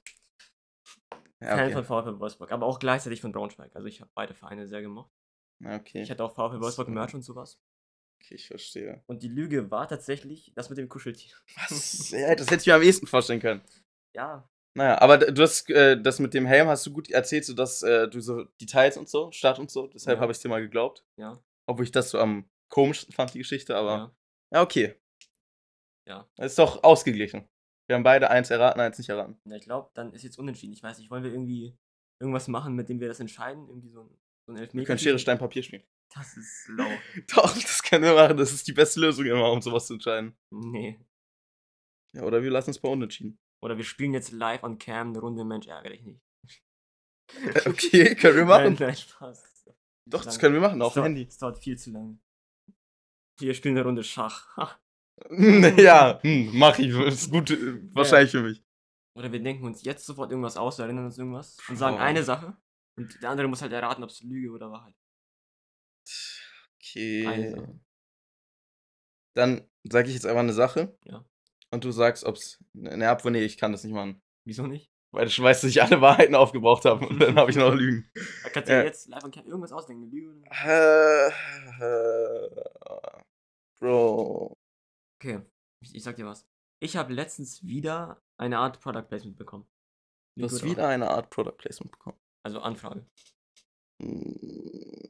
[SPEAKER 1] Fan von
[SPEAKER 2] Ja, okay.
[SPEAKER 1] VfL Wolfsburg, aber auch gleichzeitig von Braunschweig. Also ich habe beide Vereine sehr gemocht.
[SPEAKER 2] Ja, okay.
[SPEAKER 1] Ich hatte auch VfL Wolfsburg
[SPEAKER 2] So.
[SPEAKER 1] Merch und sowas.
[SPEAKER 2] okay, ich verstehe.
[SPEAKER 1] Und die Lüge war tatsächlich das mit dem Kuscheltier.
[SPEAKER 2] Was? Ja, das hätte ich mir am ehesten vorstellen können.
[SPEAKER 1] Ja,
[SPEAKER 2] Naja, aber d- du hast äh, das mit dem Helm hast du gut erzählt, so dass äh, du so Details und so, Stadt und so, deshalb
[SPEAKER 1] Ja.
[SPEAKER 2] habe ich dir mal geglaubt.
[SPEAKER 1] Ja.
[SPEAKER 2] Obwohl ich das so am komischsten fand, die Geschichte, aber.
[SPEAKER 1] ja.
[SPEAKER 2] Ja, okay.
[SPEAKER 1] Ja.
[SPEAKER 2] Das ist doch ausgeglichen. Wir haben beide eins erraten, eins nicht erraten.
[SPEAKER 1] Na, ich glaube, dann ist jetzt unentschieden. Ich weiß nicht, wollen wir irgendwie irgendwas machen, mit dem wir das entscheiden? Irgendwie so ein, so ein Elfmeter.
[SPEAKER 2] Wir können Schere, Stein, Papier spielen.
[SPEAKER 1] Das ist low.
[SPEAKER 2] Doch, das können wir machen. Das ist die beste Lösung immer, um sowas zu entscheiden.
[SPEAKER 1] Nee.
[SPEAKER 2] Ja, oder wir lassen es bei Unentschieden.
[SPEAKER 1] Oder wir spielen jetzt live on cam eine Runde Mensch ärgere dich nicht.
[SPEAKER 2] Äh, Okay, können wir machen.
[SPEAKER 1] Nein, nein, Spaß.
[SPEAKER 2] Doch, das können wir machen, auf dem Handy.
[SPEAKER 1] Das dauert viel zu lange. Wir spielen eine Runde Schach. Ha.
[SPEAKER 2] ja, hm, mach ich. Ist gut, äh, wahrscheinlich für mich.
[SPEAKER 1] Oder wir denken uns jetzt sofort irgendwas aus, wir erinnern uns irgendwas und sagen
[SPEAKER 2] Boah.
[SPEAKER 1] eine Sache. Und der andere muss halt erraten, ob es Lüge oder Wahrheit ist.
[SPEAKER 2] Okay.
[SPEAKER 1] Also.
[SPEAKER 2] Dann sage ich jetzt einfach eine Sache.
[SPEAKER 1] Ja.
[SPEAKER 2] Und du sagst, ob's. Ne, obwohl, nee, ich kann das nicht machen.
[SPEAKER 1] Wieso nicht?
[SPEAKER 2] Weil ich weiß, dass ich alle Wahrheiten aufgebraucht habe und dann habe ich noch Lügen.
[SPEAKER 1] Da kannst du dir
[SPEAKER 2] Ja.
[SPEAKER 1] jetzt live on cam irgendwas ausdenken, eine Lüge oder
[SPEAKER 2] Äh, äh, Bro.
[SPEAKER 1] Okay, ich, ich sag dir was. Ich habe letztens wieder eine Art Product Placement bekommen.
[SPEAKER 2] Du hast
[SPEAKER 1] Lüge oder
[SPEAKER 2] wieder eine Art Product Placement bekommen.
[SPEAKER 1] Wahrheit? Also Anfrage.
[SPEAKER 2] Mm.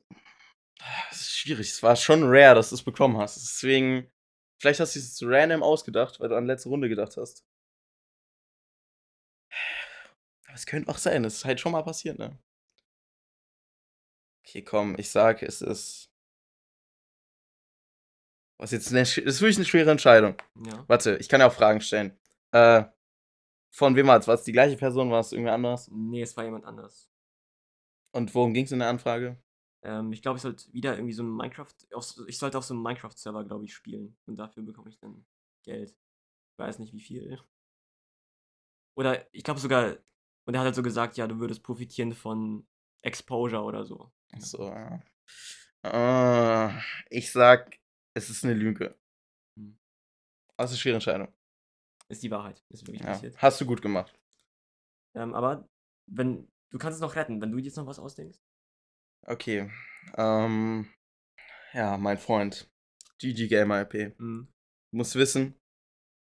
[SPEAKER 2] Es ist schwierig. Es war schon rare, dass du es bekommen hast. Deswegen, vielleicht hast du es random ausgedacht, weil du an letzte Runde gedacht hast. Aber es könnte auch sein. Es ist halt schon mal passiert, ne? Okay, komm, ich sag, es ist. Was jetzt eine, sch- ist wirklich eine schwere Entscheidung.
[SPEAKER 1] Ja.
[SPEAKER 2] Warte, ich kann ja auch Fragen stellen. Äh, von wem war's? War es die gleiche Person? War es irgendwer anders?
[SPEAKER 1] Nee, es war jemand anders.
[SPEAKER 2] Und worum ging es in der Anfrage?
[SPEAKER 1] Ähm, ich glaube, ich sollte wieder irgendwie so ein Minecraft. Auf, so- ich sollte auf so einem Minecraft-Server, glaube ich, spielen. Und dafür bekomme ich dann Geld. Ich weiß nicht, wie viel. Oder ich glaube sogar. Und er hat halt so gesagt, ja, du würdest profitieren von Exposure oder so.
[SPEAKER 2] So, ja. Äh, ich sag, es ist eine Lüge.
[SPEAKER 1] Hm.
[SPEAKER 2] Das ist eine schwere Entscheidung.
[SPEAKER 1] Ist die Wahrheit. Ist wirklich
[SPEAKER 2] Ja.
[SPEAKER 1] passiert.
[SPEAKER 2] Hast du gut gemacht.
[SPEAKER 1] Ähm, aber wenn. Du kannst es noch retten, wenn du jetzt noch was ausdenkst.
[SPEAKER 2] Okay. Ähm, ja, mein Freund. GG Gamer IP.
[SPEAKER 1] Mhm.
[SPEAKER 2] Du musst wissen,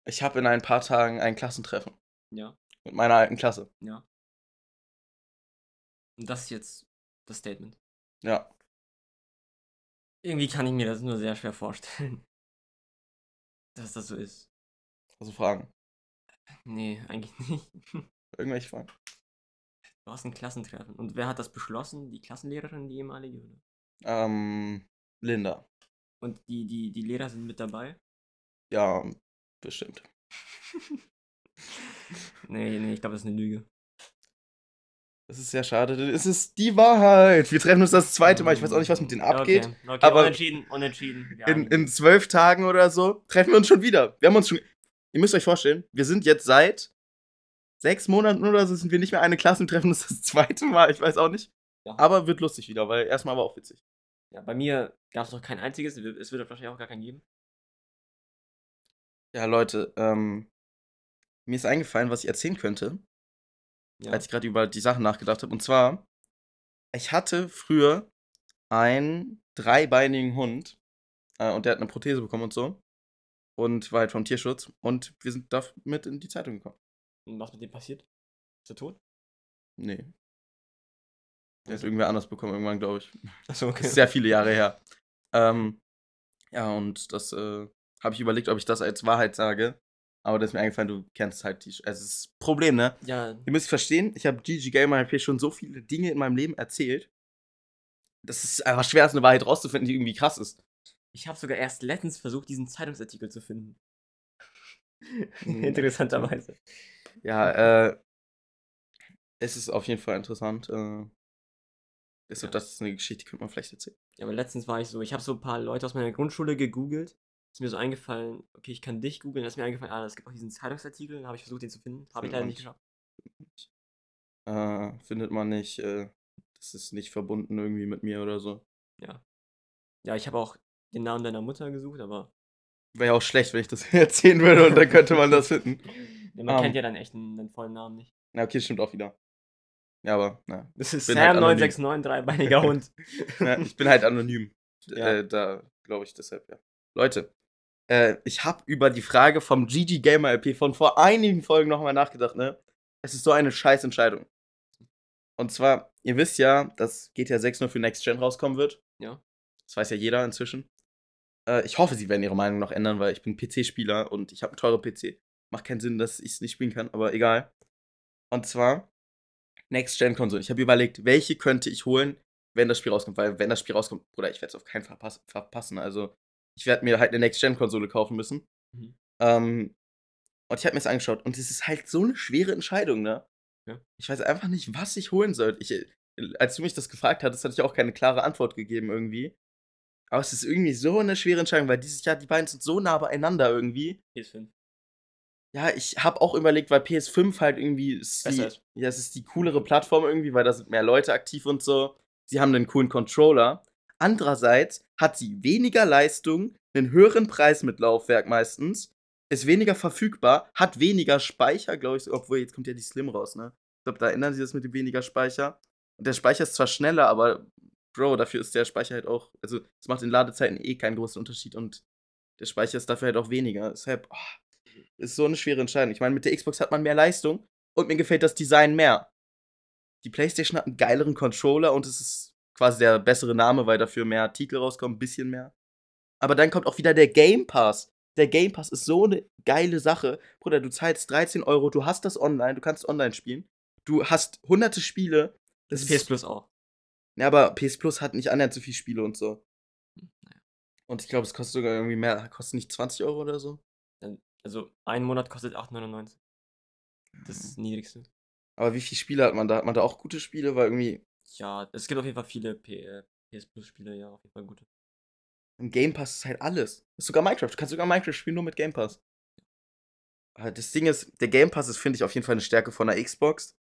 [SPEAKER 2] ich habe in ein paar Tagen ein Klassentreffen.
[SPEAKER 1] Ja.
[SPEAKER 2] Mit meiner alten Klasse.
[SPEAKER 1] Und das ist jetzt das Statement.
[SPEAKER 2] Ja.
[SPEAKER 1] Irgendwie kann ich mir das nur sehr schwer vorstellen. Dass das so ist.
[SPEAKER 2] Also Fragen.
[SPEAKER 1] Nee, eigentlich nicht.
[SPEAKER 2] Irgendwelche Fragen.
[SPEAKER 1] Du hast ein Klassentreffen. Und wer hat das beschlossen? Die Klassenlehrerin, die ehemalige? Oder?
[SPEAKER 2] Ähm, Linda.
[SPEAKER 1] Und die, die, die Lehrer sind mit dabei?
[SPEAKER 2] Ja, bestimmt.
[SPEAKER 1] Nee, nee, ich glaube, das ist eine Lüge.
[SPEAKER 2] Das ist sehr schade. Es ist die Wahrheit. Wir treffen uns das zweite Mal. Ich weiß auch nicht, was mit denen
[SPEAKER 1] Ja,
[SPEAKER 2] abgeht.
[SPEAKER 1] Okay, okay
[SPEAKER 2] aber-
[SPEAKER 1] unentschieden, unentschieden. wir
[SPEAKER 2] in,
[SPEAKER 1] einigen
[SPEAKER 2] in zwölf Tagen oder so treffen wir uns schon wieder. Wir haben uns schon. Ihr müsst euch vorstellen, wir sind jetzt seit sechs Monaten oder so sind wir nicht mehr eine Klasse und treffen uns das zweite Mal. Ich weiß auch nicht.
[SPEAKER 1] Ja.
[SPEAKER 2] Aber wird lustig wieder, weil erstmal war auch witzig.
[SPEAKER 1] uns. ja, bei mir gab es noch kein einziges. wir- Es wird wahrscheinlich auch gar keinen geben.
[SPEAKER 2] Ja, Leute, ähm, mir ist eingefallen, was ich erzählen könnte,
[SPEAKER 1] Ja.
[SPEAKER 2] als ich gerade über die Sachen nachgedacht habe. Und zwar, ich hatte früher einen dreibeinigen Hund äh, und der hat eine Prothese bekommen und so. Und war halt vom Tierschutz. Und wir sind damit in die Zeitung gekommen.
[SPEAKER 1] Und was mit dem passiert? Ist er tot?
[SPEAKER 2] Nee. Der hat
[SPEAKER 1] Also-
[SPEAKER 2] irgendwer anders bekommen, irgendwann, glaube ich.
[SPEAKER 1] Achso, okay.
[SPEAKER 2] Das ist sehr viele Jahre her. Ähm, ja, und das äh, habe ich überlegt, ob ich das als Wahrheit sage. Aber das ist mir eingefallen, du kennst halt die. Sch- Also, es ist ein Problem, ne?
[SPEAKER 1] ja,
[SPEAKER 2] Ihr müsst verstehen, ich habe GG Gamer IP schon so viele Dinge in meinem Leben erzählt. Das ist einfach schwer, ist eine Wahrheit rauszufinden, die irgendwie krass ist.
[SPEAKER 1] ich habe sogar erst letztens versucht, diesen Zeitungsartikel zu finden.
[SPEAKER 2] Hm.
[SPEAKER 1] Interessanterweise.
[SPEAKER 2] Ja, äh. Es ist auf jeden Fall interessant. Äh, Ist so, das ist eine Geschichte, die könnte man vielleicht erzählen.
[SPEAKER 1] Ja, aber letztens war ich so, ich habe so ein paar Leute aus meiner Grundschule gegoogelt. Ist mir so eingefallen, okay, ich kann dich googeln. Dann ist mir eingefallen, ah, es gibt auch diesen Zeitungsartikel. Dann habe ich versucht, den zu finden. Habe ich leider
[SPEAKER 2] Und-
[SPEAKER 1] nicht geschafft.
[SPEAKER 2] Äh, findet man nicht, äh, das ist nicht verbunden irgendwie mit mir oder so.
[SPEAKER 1] Ja, ich habe auch den Namen deiner Mutter gesucht, aber
[SPEAKER 2] Wäre ja auch schlecht, wenn ich das erzählen würde und dann könnte man das finden.
[SPEAKER 1] ja, man
[SPEAKER 2] Ähm.
[SPEAKER 1] kennt ja deinen echten, deinen vollen Namen nicht.
[SPEAKER 2] Na, okay, stimmt auch wieder. Ja, aber, naja.
[SPEAKER 1] Das ist
[SPEAKER 2] Bin halt anonym.
[SPEAKER 1] Sam9693, dreibeiniger Hund.
[SPEAKER 2] Na, ich bin halt anonym.
[SPEAKER 1] Ja.
[SPEAKER 2] Äh, da glaube ich deshalb, ja. Leute, äh, ich habe über die Frage vom GG Gamer LP von vor einigen Folgen nochmal nachgedacht, ne? Es ist so eine scheiß Entscheidung. Und zwar, ihr wisst ja, dass GTA 6 nur für Next Gen rauskommen wird.
[SPEAKER 1] Ja.
[SPEAKER 2] Das weiß ja jeder inzwischen. Äh, ich hoffe, sie werden ihre Meinung noch ändern, weil ich bin PC-Spieler und ich habe einen teuren PC. Macht keinen Sinn, dass ich es nicht spielen kann, aber egal. Und zwar, Next-Gen-Konsolen. Ich habe überlegt, welche könnte ich holen, wenn das Spiel rauskommt. Weil, wenn das Spiel rauskommt, Bruder, ich werde es auf keinen Fall pass- verpassen. Also, ich werde mir halt eine Next-Gen-Konsole kaufen müssen.
[SPEAKER 1] Mhm.
[SPEAKER 2] Ähm, und ich habe mir das angeschaut. Und es ist halt so eine schwere Entscheidung, ne?
[SPEAKER 1] Ja.
[SPEAKER 2] Ich weiß einfach nicht, was ich holen soll. Ich, äh, als du mich das gefragt hattest, hatte ich auch keine klare Antwort gegeben irgendwie. Aber es ist irgendwie so eine schwere Entscheidung, weil dieses Jahr die beiden sind so nah beieinander irgendwie.
[SPEAKER 1] PS5.
[SPEAKER 2] Ja, ich habe auch überlegt, weil PS5 halt irgendwie ist die,
[SPEAKER 1] Besser ist.
[SPEAKER 2] ja, es ist die coolere Plattform irgendwie, weil da sind mehr Leute aktiv und so. Sie haben einen coolen Controller. Andererseits hat sie weniger Leistung, einen höheren Preis mit Laufwerk meistens, ist weniger verfügbar, hat weniger Speicher, glaube ich, obwohl jetzt kommt ja die Slim raus, ne? Ich glaube, da ändern sie das mit dem weniger Speicher. Und der Speicher ist zwar schneller, aber Bro, dafür ist der Speicher halt auch, also es macht in Ladezeiten eh keinen großen Unterschied und der Speicher ist dafür halt auch weniger. Deshalb, ah, ist so eine schwere Entscheidung. Ich meine, mit der Xbox hat man mehr Leistung und mir gefällt das Design mehr. Die PlayStation hat einen geileren Controller und es ist quasi der bessere Name, weil dafür mehr Titel rauskommen, ein bisschen mehr. Aber dann kommt auch wieder der Game Pass. Der Game Pass ist so eine geile Sache. Bruder, du zahlst 13 Euro, du hast das online, du kannst online spielen. Du hast hunderte Spiele.
[SPEAKER 1] Das
[SPEAKER 2] ist-
[SPEAKER 1] PS Plus auch.
[SPEAKER 2] ja, aber PS Plus hat nicht annähernd so viele Spiele und so. Und ich glaube, es kostet sogar irgendwie mehr, kostet nicht 20 Euro oder so.
[SPEAKER 1] Dann- Also ein Monat kostet 8,99. Das ist das niedrigste.
[SPEAKER 2] Aber wie viele Spiele hat man da? Hat man da auch gute Spiele? Weil irgendwie
[SPEAKER 1] Ja, es gibt auf jeden Fall viele P äh, PS Plus Spiele, ja, auf jeden Fall gute.
[SPEAKER 2] im Game Pass ist halt alles. Ist sogar Minecraft. Du kannst sogar Minecraft spielen, nur mit Game Pass. Aber das Ding ist, der Game Pass ist, finde ich, auf jeden Fall eine Stärke von der Xbox.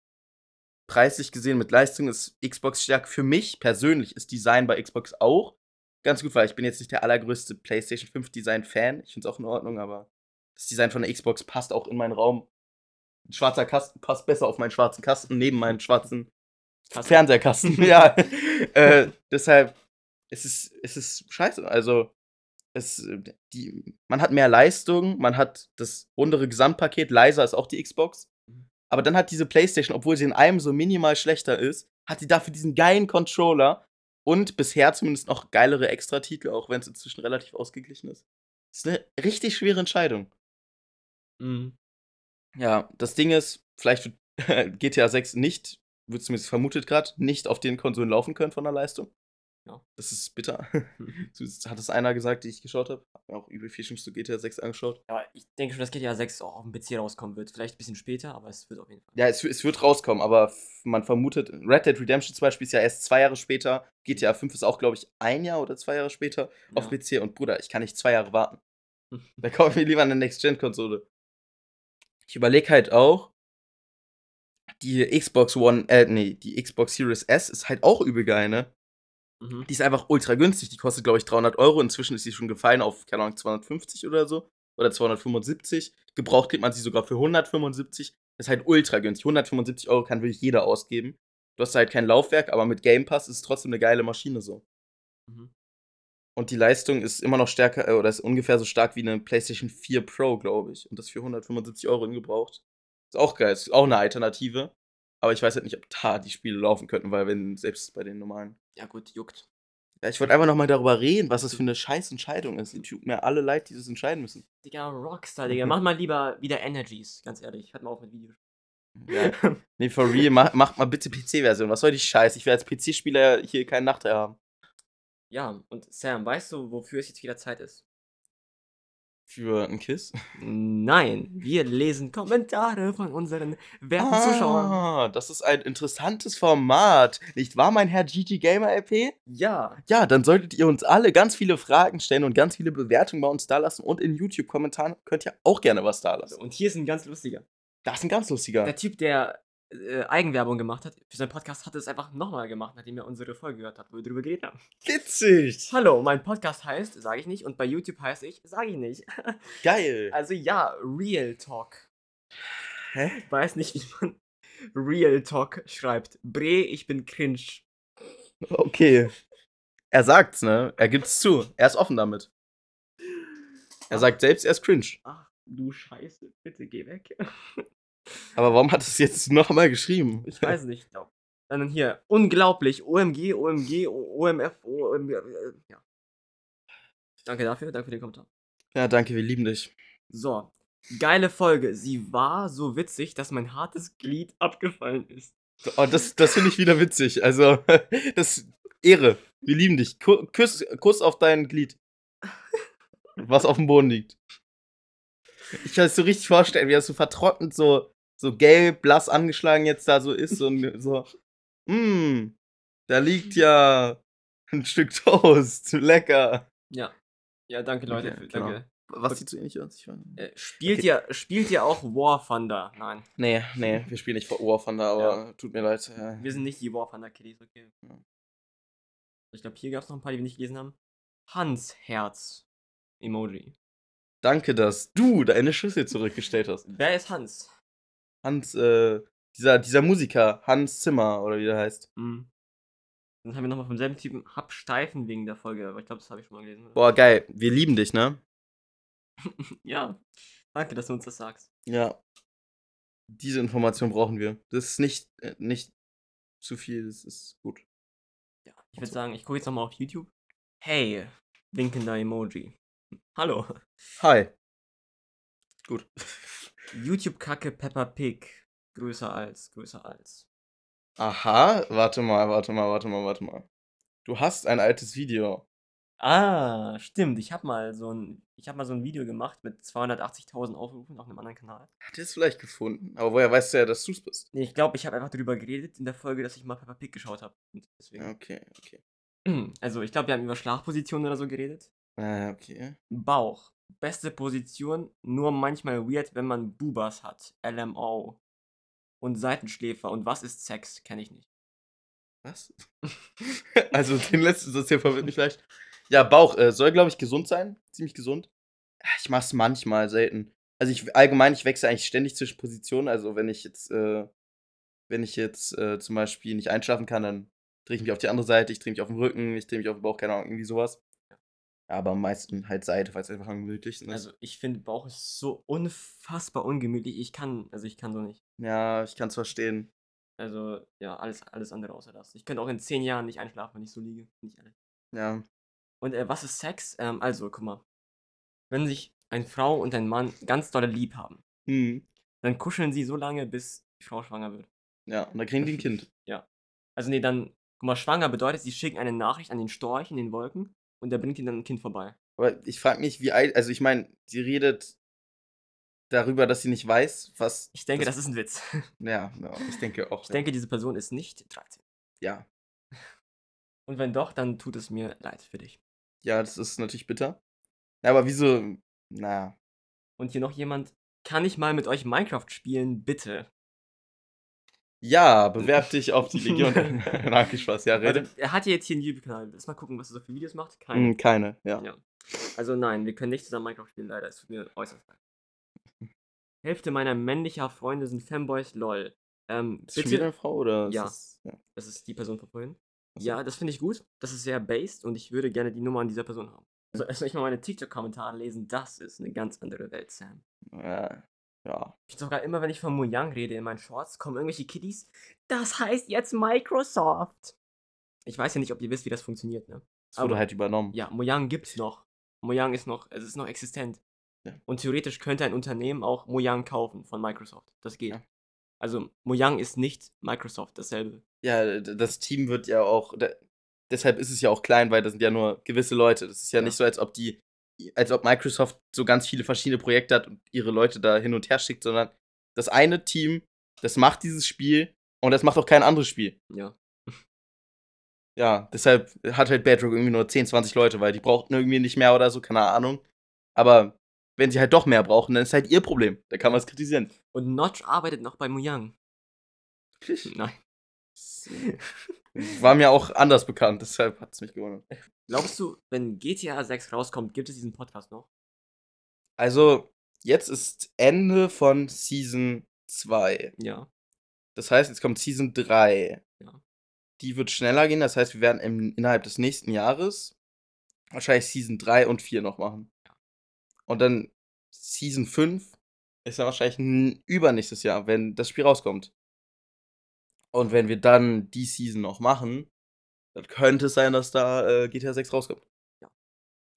[SPEAKER 2] Preislich gesehen mit Leistung ist Xbox stark. Für mich persönlich ist Design bei Xbox auch ganz gut, weil ich bin jetzt nicht der allergrößte PlayStation 5 Design-Fan. Ich finde es auch in Ordnung, aber das Design von der Xbox passt auch in meinen Raum. Ein schwarzer Kasten passt besser auf meinen schwarzen Kasten, neben meinen schwarzen
[SPEAKER 1] Kasten.
[SPEAKER 2] Fernseherkasten. ja. äh, deshalb, es ist, es ist scheiße. Also, es, äh, die, man hat mehr Leistung, man hat das rundere Gesamtpaket, leiser ist auch die Xbox. Aber dann hat diese PlayStation, obwohl sie in allem so minimal schlechter ist, hat sie dafür diesen geilen Controller und bisher zumindest noch geilere Extratitel, auch wenn es inzwischen relativ ausgeglichen ist. Das ist eine richtig schwere Entscheidung.
[SPEAKER 1] Mhm.
[SPEAKER 2] Ja, das Ding ist, vielleicht wird GTA 6 nicht, wird zumindest vermutet gerade, nicht auf den Konsolen laufen können von der Leistung.
[SPEAKER 1] Ja.
[SPEAKER 2] Das ist bitter.
[SPEAKER 1] Mhm.
[SPEAKER 2] Zumindest hat es einer gesagt, die ich geschaut habe. Hab mir auch übel viel schon zu GTA 6 angeschaut.
[SPEAKER 1] Aber ich denke schon, dass GTA 6 auch auf dem PC rauskommen wird. Vielleicht ein bisschen später, aber es wird auf jeden Fall.
[SPEAKER 2] Ja, es, es wird rauskommen, aber f- man vermutet, Red Dead Redemption zum Beispiel ist ja erst zwei Jahre später. GTA 5 ist auch, glaube ich, ein Jahr oder zwei Jahre später auf
[SPEAKER 1] ja. Mhm.
[SPEAKER 2] PC. Und Bruder, ich kann nicht zwei Jahre warten. Da kaufe ich mir lieber eine Next-Gen-Konsole. Ich überlege halt auch, die Xbox One, äh, nee, die Xbox Series S ist halt auch übel geil, ne?
[SPEAKER 1] Mhm.
[SPEAKER 2] Die ist einfach ultra günstig. Die kostet, glaube ich, 300 Euro. Inzwischen ist sie schon gefallen auf, keine Ahnung, 250 oder so. Oder 275. Gebraucht kriegt man sie sogar für 175. Das ist halt ultra günstig. 175 Euro kann wirklich jeder ausgeben. Du hast halt kein Laufwerk, aber mit Game Pass ist es trotzdem eine geile Maschine so.
[SPEAKER 1] Mhm.
[SPEAKER 2] Und die Leistung ist immer noch stärker, äh, oder ist ungefähr so stark wie eine PlayStation 4 Pro, glaube ich. Und das für 175 Euro ungebraucht. Ist auch geil, ist auch eine Alternative. Aber ich weiß halt nicht, ob da die Spiele laufen könnten, weil wenn selbst bei den normalen.
[SPEAKER 1] Ja, gut, juckt.
[SPEAKER 2] Ja, ich wollte einfach nochmal darüber reden, was das für eine scheiß Entscheidung ist. Die tut mir alle leid, die das entscheiden müssen.
[SPEAKER 1] Digga, Rockstar, Digga.
[SPEAKER 2] Mhm.
[SPEAKER 1] Mach mal lieber wieder Energies, ganz ehrlich. Hat man auch mit Videos.
[SPEAKER 2] Ja. nee, for real, mach, macht mal bitte PC-Version. Was soll die Scheiße? Ich will als PC-Spieler hier keinen Nachteil haben.
[SPEAKER 1] Ja, und Sam, weißt du, wofür es jetzt wieder Zeit ist?
[SPEAKER 2] Für ein Kiss?
[SPEAKER 1] Nein, wir lesen Kommentare von unseren werten Zuschauern.
[SPEAKER 2] Ah, das ist ein interessantes Format. Nicht wahr, mein Herr GG Gamer LP?
[SPEAKER 1] Ja.
[SPEAKER 2] Ja, dann solltet ihr uns alle ganz viele Fragen stellen und ganz viele Bewertungen bei uns dalassen. Und in YouTube-Kommentaren könnt ihr auch gerne was
[SPEAKER 1] So,
[SPEAKER 2] dalassen.
[SPEAKER 1] also, Und hier ist ein ganz lustiger.
[SPEAKER 2] Das ist ein ganz lustiger.
[SPEAKER 1] Der Typ, der äh, Eigenwerbung gemacht hat für seinen Podcast, hat es einfach nochmal gemacht, nachdem er unsere Folge gehört hat, wo wir drüber geredet haben.
[SPEAKER 2] Witzig.
[SPEAKER 1] Hallo, mein Podcast heißt, sage ich nicht, und bei YouTube heißt ich, sage ich nicht.
[SPEAKER 2] Geil.
[SPEAKER 1] Also ja, Real Talk.
[SPEAKER 2] Hä?
[SPEAKER 1] Ich weiß nicht, wie man Real Talk schreibt. Bre, ich bin cringe.
[SPEAKER 2] Okay. Er sagt's, ne? Er gibt's zu. Er ist offen damit. Er sagt selbst, er ist cringe.
[SPEAKER 1] Ach, du Scheiße, bitte geh weg.
[SPEAKER 2] Aber warum hat er es jetzt nochmal geschrieben?
[SPEAKER 1] Ich weiß nicht. glaub. Dann hier, unglaublich, OMG, OMG, O- OMF, OMG, äh, ja. Danke dafür, danke für den Kommentar.
[SPEAKER 2] Ja, danke, wir lieben dich.
[SPEAKER 1] So, geile Folge. Sie war so witzig, dass mein hartes Glied abgefallen ist.
[SPEAKER 2] Oh, das, das finde ich wieder witzig. Also, das Ehre. Wir lieben dich. Ku- Kuss, Kuss auf dein Glied. Was auf dem Boden liegt. Ich kann es so richtig vorstellen, wie er so vertrocknet, so, so gelb, blass angeschlagen jetzt da so ist und so. Mmm, da liegt ja ein Stück Toast. Lecker.
[SPEAKER 1] Ja. Ja, danke Leute.
[SPEAKER 2] Okay,
[SPEAKER 1] für,
[SPEAKER 2] genau.
[SPEAKER 1] danke.
[SPEAKER 2] Was sieht so ähnlich aus? Ich weiß nicht.
[SPEAKER 1] Äh, spielt,
[SPEAKER 2] Okay.
[SPEAKER 1] ihr, spielt ihr auch War Thunder? Nein.
[SPEAKER 2] Nee, nee, wir spielen nicht vor Ohr Thunder, aber tut mir leid. äh,
[SPEAKER 1] Wir sind nicht die War Thunder Kiddies, okay.
[SPEAKER 2] Ja.
[SPEAKER 1] Ich glaube, hier gab es noch ein paar, die wir nicht gelesen haben. Hans Herz. Emoji.
[SPEAKER 2] Danke, dass du deine Schüssel zurückgestellt hast.
[SPEAKER 1] Wer ist Hans?
[SPEAKER 2] Hans, äh, dieser, dieser Musiker, Hans Zimmer, oder wie der heißt.
[SPEAKER 1] Mhm. Dann haben wir nochmal vom selben Typen Hab Steifen wegen der Folge, aber ich glaube, das habe ich schon mal gelesen. oder?
[SPEAKER 2] Boah, geil, wir lieben dich, ne?
[SPEAKER 1] Ja. Danke, dass du uns das sagst.
[SPEAKER 2] Ja. Diese Information brauchen wir. Das ist nicht, äh, nicht zu viel, das ist gut.
[SPEAKER 1] Ja. Ich würde sagen, ich gucke jetzt nochmal auf YouTube. Hey, winkender Emoji. Hm, Hallo.
[SPEAKER 2] Hi. Gut.
[SPEAKER 1] YouTube-Kacke Peppa Pig. Größer als, größer als.
[SPEAKER 2] Aha, warte mal, warte mal, warte mal, warte mal. Du hast ein altes Video.
[SPEAKER 1] Ah, stimmt. Ich habe mal so ein, ich habe mal so ein Video gemacht mit 280.000 Aufrufen auf einem anderen Kanal.
[SPEAKER 2] Hat es vielleicht gefunden, aber woher weißt du ja, dass du es bist?
[SPEAKER 1] Nee, ich glaube, ich habe einfach darüber geredet in der Folge, dass ich mal Peppa Pig geschaut habe.
[SPEAKER 2] Ja,
[SPEAKER 1] Deswegen.
[SPEAKER 2] Okay, okay.
[SPEAKER 1] Also, ich glaube, wir haben über Schlafpositionen oder so geredet.
[SPEAKER 2] Äh, okay.
[SPEAKER 1] Bauch. Beste Position, nur manchmal weird, wenn man Bubas hat. LMO. Und Seitenschläfer. Und was ist Sex? Kenne ich nicht.
[SPEAKER 2] Was? also den letzten Satz hier verwirrt mich leicht. Ja, Bauch äh, soll, glaube ich, gesund sein. Ziemlich gesund. Ah, Ich mache es manchmal, selten. Also ich allgemein, ich wechsle eigentlich ständig zwischen Positionen. Also wenn ich jetzt, äh, wenn ich jetzt äh, zum Beispiel nicht einschlafen kann, dann drehe ich mich auf die andere Seite, ich drehe mich auf den Rücken, ich drehe mich auf den Bauch, keine Ahnung, irgendwie sowas. Aber am meisten halt Seite, weil es einfach am gemütlichsten ist. ne?
[SPEAKER 1] Also, ich finde, Bauch ist so unfassbar ungemütlich. Ich kann, also ich kann so nicht.
[SPEAKER 2] ja, ich kann es verstehen.
[SPEAKER 1] Also, ja, alles, alles andere außer das. Ich könnte auch in zehn Jahren nicht einschlafen, wenn ich so liege. Nicht ehrlich.
[SPEAKER 2] Ja.
[SPEAKER 1] Und äh, was ist Sex? Ähm, also, guck mal. Wenn sich eine Frau und ein Mann ganz doll lieb haben,
[SPEAKER 2] Hm.
[SPEAKER 1] dann kuscheln sie so lange, bis die Frau schwanger wird.
[SPEAKER 2] Ja, und dann kriegen die ein Kind.
[SPEAKER 1] Also nee, dann, guck mal, schwanger bedeutet, sie schicken eine Nachricht an den Storch in den Wolken und der bringt ihnen dann ein Kind vorbei.
[SPEAKER 2] Aber ich frage mich, wie alt. Also, ich meine, sie redet darüber, dass sie nicht weiß, was.
[SPEAKER 1] Ich denke, das,
[SPEAKER 2] Das-
[SPEAKER 1] ist ein Witz.
[SPEAKER 2] Ja, ja, ich denke auch.
[SPEAKER 1] Ich denke, diese Person ist nicht 13.
[SPEAKER 2] Ja.
[SPEAKER 1] Und wenn doch, dann tut es mir leid für dich.
[SPEAKER 2] Ja, das ist natürlich bitter. Ja, aber wieso. Naja.
[SPEAKER 1] Und hier noch jemand, kann ich mal mit euch Minecraft spielen, bitte?
[SPEAKER 2] Ja, bewerb dich auf die Legion. Danke, Spaß. Ja, rede.
[SPEAKER 1] Also, er hat ja jetzt hier einen YouTube-Kanal. Lass mal gucken, was er so für Videos macht. Keine.
[SPEAKER 2] Hm, keine, ja.
[SPEAKER 1] Ja. Also nein, wir können nicht zusammen Minecraft spielen, leider. Es tut mir äußerst leid. Hälfte meiner männlicher Freunde sind Fanboys, lol. Ähm,
[SPEAKER 2] Ist schon wieder
[SPEAKER 1] bitte,
[SPEAKER 2] eine Frau oder? ist
[SPEAKER 1] Ja.
[SPEAKER 2] das- ja. also,
[SPEAKER 1] das ist die Person von vorhin.
[SPEAKER 2] Achso.
[SPEAKER 1] Ja, das finde ich gut. Das ist sehr based und ich würde gerne die Nummer an dieser Person haben. Also, soll ich mal meine TikTok-Kommentare lesen? Das ist eine ganz andere Welt, Sam.
[SPEAKER 2] Ja. ja.
[SPEAKER 1] Ich sogar immer, wenn ich von Mojang rede in meinen Shorts, kommen irgendwelche Kiddies. Das heißt jetzt Microsoft. Ich weiß ja nicht, ob ihr wisst, wie das funktioniert, ne?
[SPEAKER 2] Das wurde
[SPEAKER 1] Aber-
[SPEAKER 2] halt übernommen.
[SPEAKER 1] Ja, Mojang gibt's noch. Mojang ist noch, es ist noch existent.
[SPEAKER 2] Ja.
[SPEAKER 1] Und theoretisch könnte ein Unternehmen auch Mojang kaufen von Microsoft. Das geht.
[SPEAKER 2] Ja.
[SPEAKER 1] Also Mojang ist nicht Microsoft, dasselbe.
[SPEAKER 2] Ja, d- das Team wird ja auch. de- Deshalb ist es ja auch klein, weil das sind ja nur gewisse Leute. Das ist ja,
[SPEAKER 1] Ja.
[SPEAKER 2] nicht so, als ob die als ob Microsoft so ganz viele verschiedene Projekte hat und ihre Leute da hin und her schickt, sondern das eine Team, das macht dieses Spiel und das macht auch kein anderes Spiel.
[SPEAKER 1] Ja.
[SPEAKER 2] Ja, deshalb hat halt Bedrock irgendwie nur 10, 20 Leute, weil die brauchten irgendwie nicht mehr oder so, keine Ahnung. Aber wenn sie halt doch mehr brauchen, dann ist halt ihr Problem. Da kann man es kritisieren.
[SPEAKER 1] Und Notch arbeitet noch bei Mojang. Nein.
[SPEAKER 2] War mir auch anders bekannt, deshalb hat es mich gewundert.
[SPEAKER 1] Glaubst du, wenn GTA 6 rauskommt, gibt es diesen Podcast noch?
[SPEAKER 2] Also, jetzt ist Ende von Season 2.
[SPEAKER 1] Ja.
[SPEAKER 2] Das heißt, jetzt kommt Season 3.
[SPEAKER 1] Ja.
[SPEAKER 2] Die wird schneller gehen, das heißt, wir werden im, innerhalb des nächsten Jahres wahrscheinlich Season 3 und 4 noch machen. Und dann Season 5 ist dann wahrscheinlich n- übernächstes Jahr, wenn das Spiel rauskommt. Und wenn wir dann die Season noch machen, dann könnte es sein, dass da äh, GTA 6 rauskommt.
[SPEAKER 1] Ja.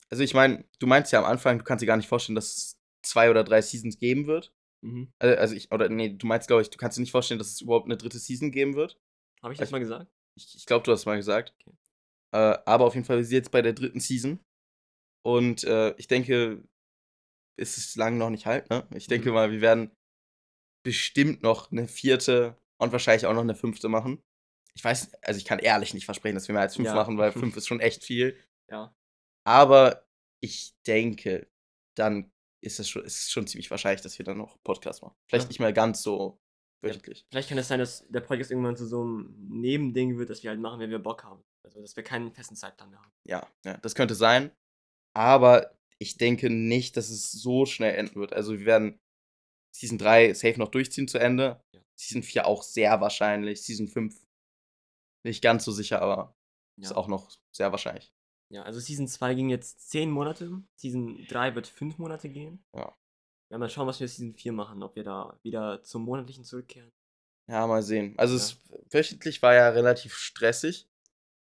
[SPEAKER 2] Also ich meine, du meinst ja am Anfang, du kannst dir gar nicht vorstellen, dass es zwei oder drei Seasons geben wird.
[SPEAKER 1] Mhm.
[SPEAKER 2] Äh, Also ich, oder nee, du meinst, glaube ich, du kannst dir nicht vorstellen, dass es überhaupt eine dritte Season geben wird.
[SPEAKER 1] Habe ich das
[SPEAKER 2] Also-
[SPEAKER 1] mal gesagt?
[SPEAKER 2] Ich, ich glaube, du hast es mal gesagt.
[SPEAKER 1] Okay.
[SPEAKER 2] Äh, aber auf jeden Fall, wir sind jetzt bei der dritten Season. Und äh, ich denke, es ist lang noch nicht halb, ne? Ich denke
[SPEAKER 1] Mhm.
[SPEAKER 2] mal, wir werden bestimmt noch eine vierte und wahrscheinlich auch noch eine fünfte machen. Ich weiß, also ich kann ehrlich nicht versprechen, dass wir mehr als fünf
[SPEAKER 1] Ja.
[SPEAKER 2] machen, weil fünf ist schon echt viel.
[SPEAKER 1] Ja.
[SPEAKER 2] Aber ich denke, dann ist es schon, ist es schon ziemlich wahrscheinlich, dass wir dann noch Podcast machen. Vielleicht
[SPEAKER 1] Ja.
[SPEAKER 2] nicht mal ganz so wöchentlich.
[SPEAKER 1] Vielleicht kann es sein, dass der Podcast irgendwann zu so einem Nebending wird, das wir halt machen, wenn wir Bock haben. Also, dass wir keinen festen Zeitplan mehr haben.
[SPEAKER 2] Ja, ja, das könnte sein. Aber ich denke nicht, dass es so schnell enden wird. Also wir werden Season 3 safe noch durchziehen zu Ende.
[SPEAKER 1] Ja.
[SPEAKER 2] Season 4 auch sehr wahrscheinlich. Season 5 nicht ganz so sicher, aber ist auch noch sehr wahrscheinlich.
[SPEAKER 1] Ja, also Season 2 ging jetzt 10 Monate. Season 3 wird 5 Monate gehen.
[SPEAKER 2] Ja.
[SPEAKER 1] Ja, mal schauen, was wir Season 4 machen. Ob wir da wieder zum Monatlichen zurückkehren.
[SPEAKER 2] Ja, mal sehen. Also
[SPEAKER 1] Ja.
[SPEAKER 2] es wöchentlich war ja relativ stressig.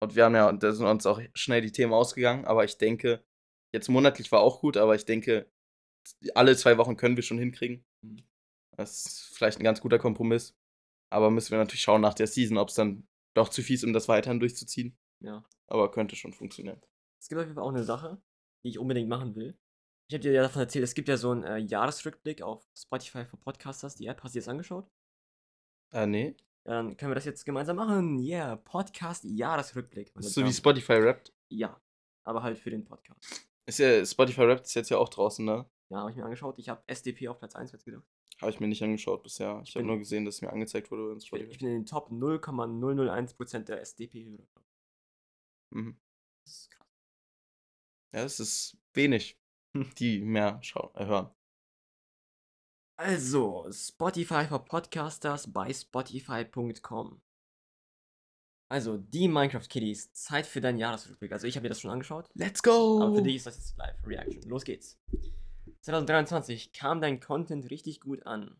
[SPEAKER 2] Und wir haben ja, und da sind uns auch schnell die Themen ausgegangen, aber ich denke, jetzt monatlich war auch gut, aber ich denke, alle zwei Wochen können wir schon hinkriegen.
[SPEAKER 1] Mhm.
[SPEAKER 2] Das ist vielleicht ein ganz guter Kompromiss. Aber müssen wir natürlich schauen nach der Season, ob es dann doch zu viel ist, um das weiterhin durchzuziehen.
[SPEAKER 1] Ja.
[SPEAKER 2] Aber könnte schon funktionieren.
[SPEAKER 1] Es gibt auf jeden Fall auch eine Sache, die ich unbedingt machen will. Ich habe dir ja davon erzählt, es gibt ja so einen äh, Jahresrückblick auf Spotify für Podcasters. Die App, hast du dir das angeschaut?
[SPEAKER 2] Ah, nee.
[SPEAKER 1] Ja, dann können wir das jetzt gemeinsam machen. Yeah, Podcast-Jahresrückblick. Und
[SPEAKER 2] Das ist so
[SPEAKER 1] dann-
[SPEAKER 2] wie Spotify rappt.
[SPEAKER 1] Ja, aber halt für den Podcast.
[SPEAKER 2] Ist ja, Spotify rappt ist jetzt ja auch draußen, ne?
[SPEAKER 1] Ja, habe ich mir angeschaut. Ich habe SDP auf Platz 1 jetzt gedacht.
[SPEAKER 2] Habe ich mir nicht angeschaut bisher. Ich habe
[SPEAKER 1] bin-
[SPEAKER 2] nur gesehen, dass es mir angezeigt wurde bei
[SPEAKER 1] Ich bin, ich
[SPEAKER 2] Spotify.
[SPEAKER 1] bin in den Top 0,001% der SDP-Hörer.
[SPEAKER 2] Mhm.
[SPEAKER 1] Das ist krass.
[SPEAKER 2] Ja, es ist wenig, die mehr schauen, äh, hören.
[SPEAKER 1] Also, Spotify für Podcasters bei Spotify.com. Also, die Minecraft Kiddies, Zeit für deinen Jahresrückblick. Also, ich habe mir das schon angeschaut,
[SPEAKER 2] Let's go!
[SPEAKER 1] aber für dich ist das jetzt live. Reaction. Los geht's. 2023 kam dein Content richtig gut an.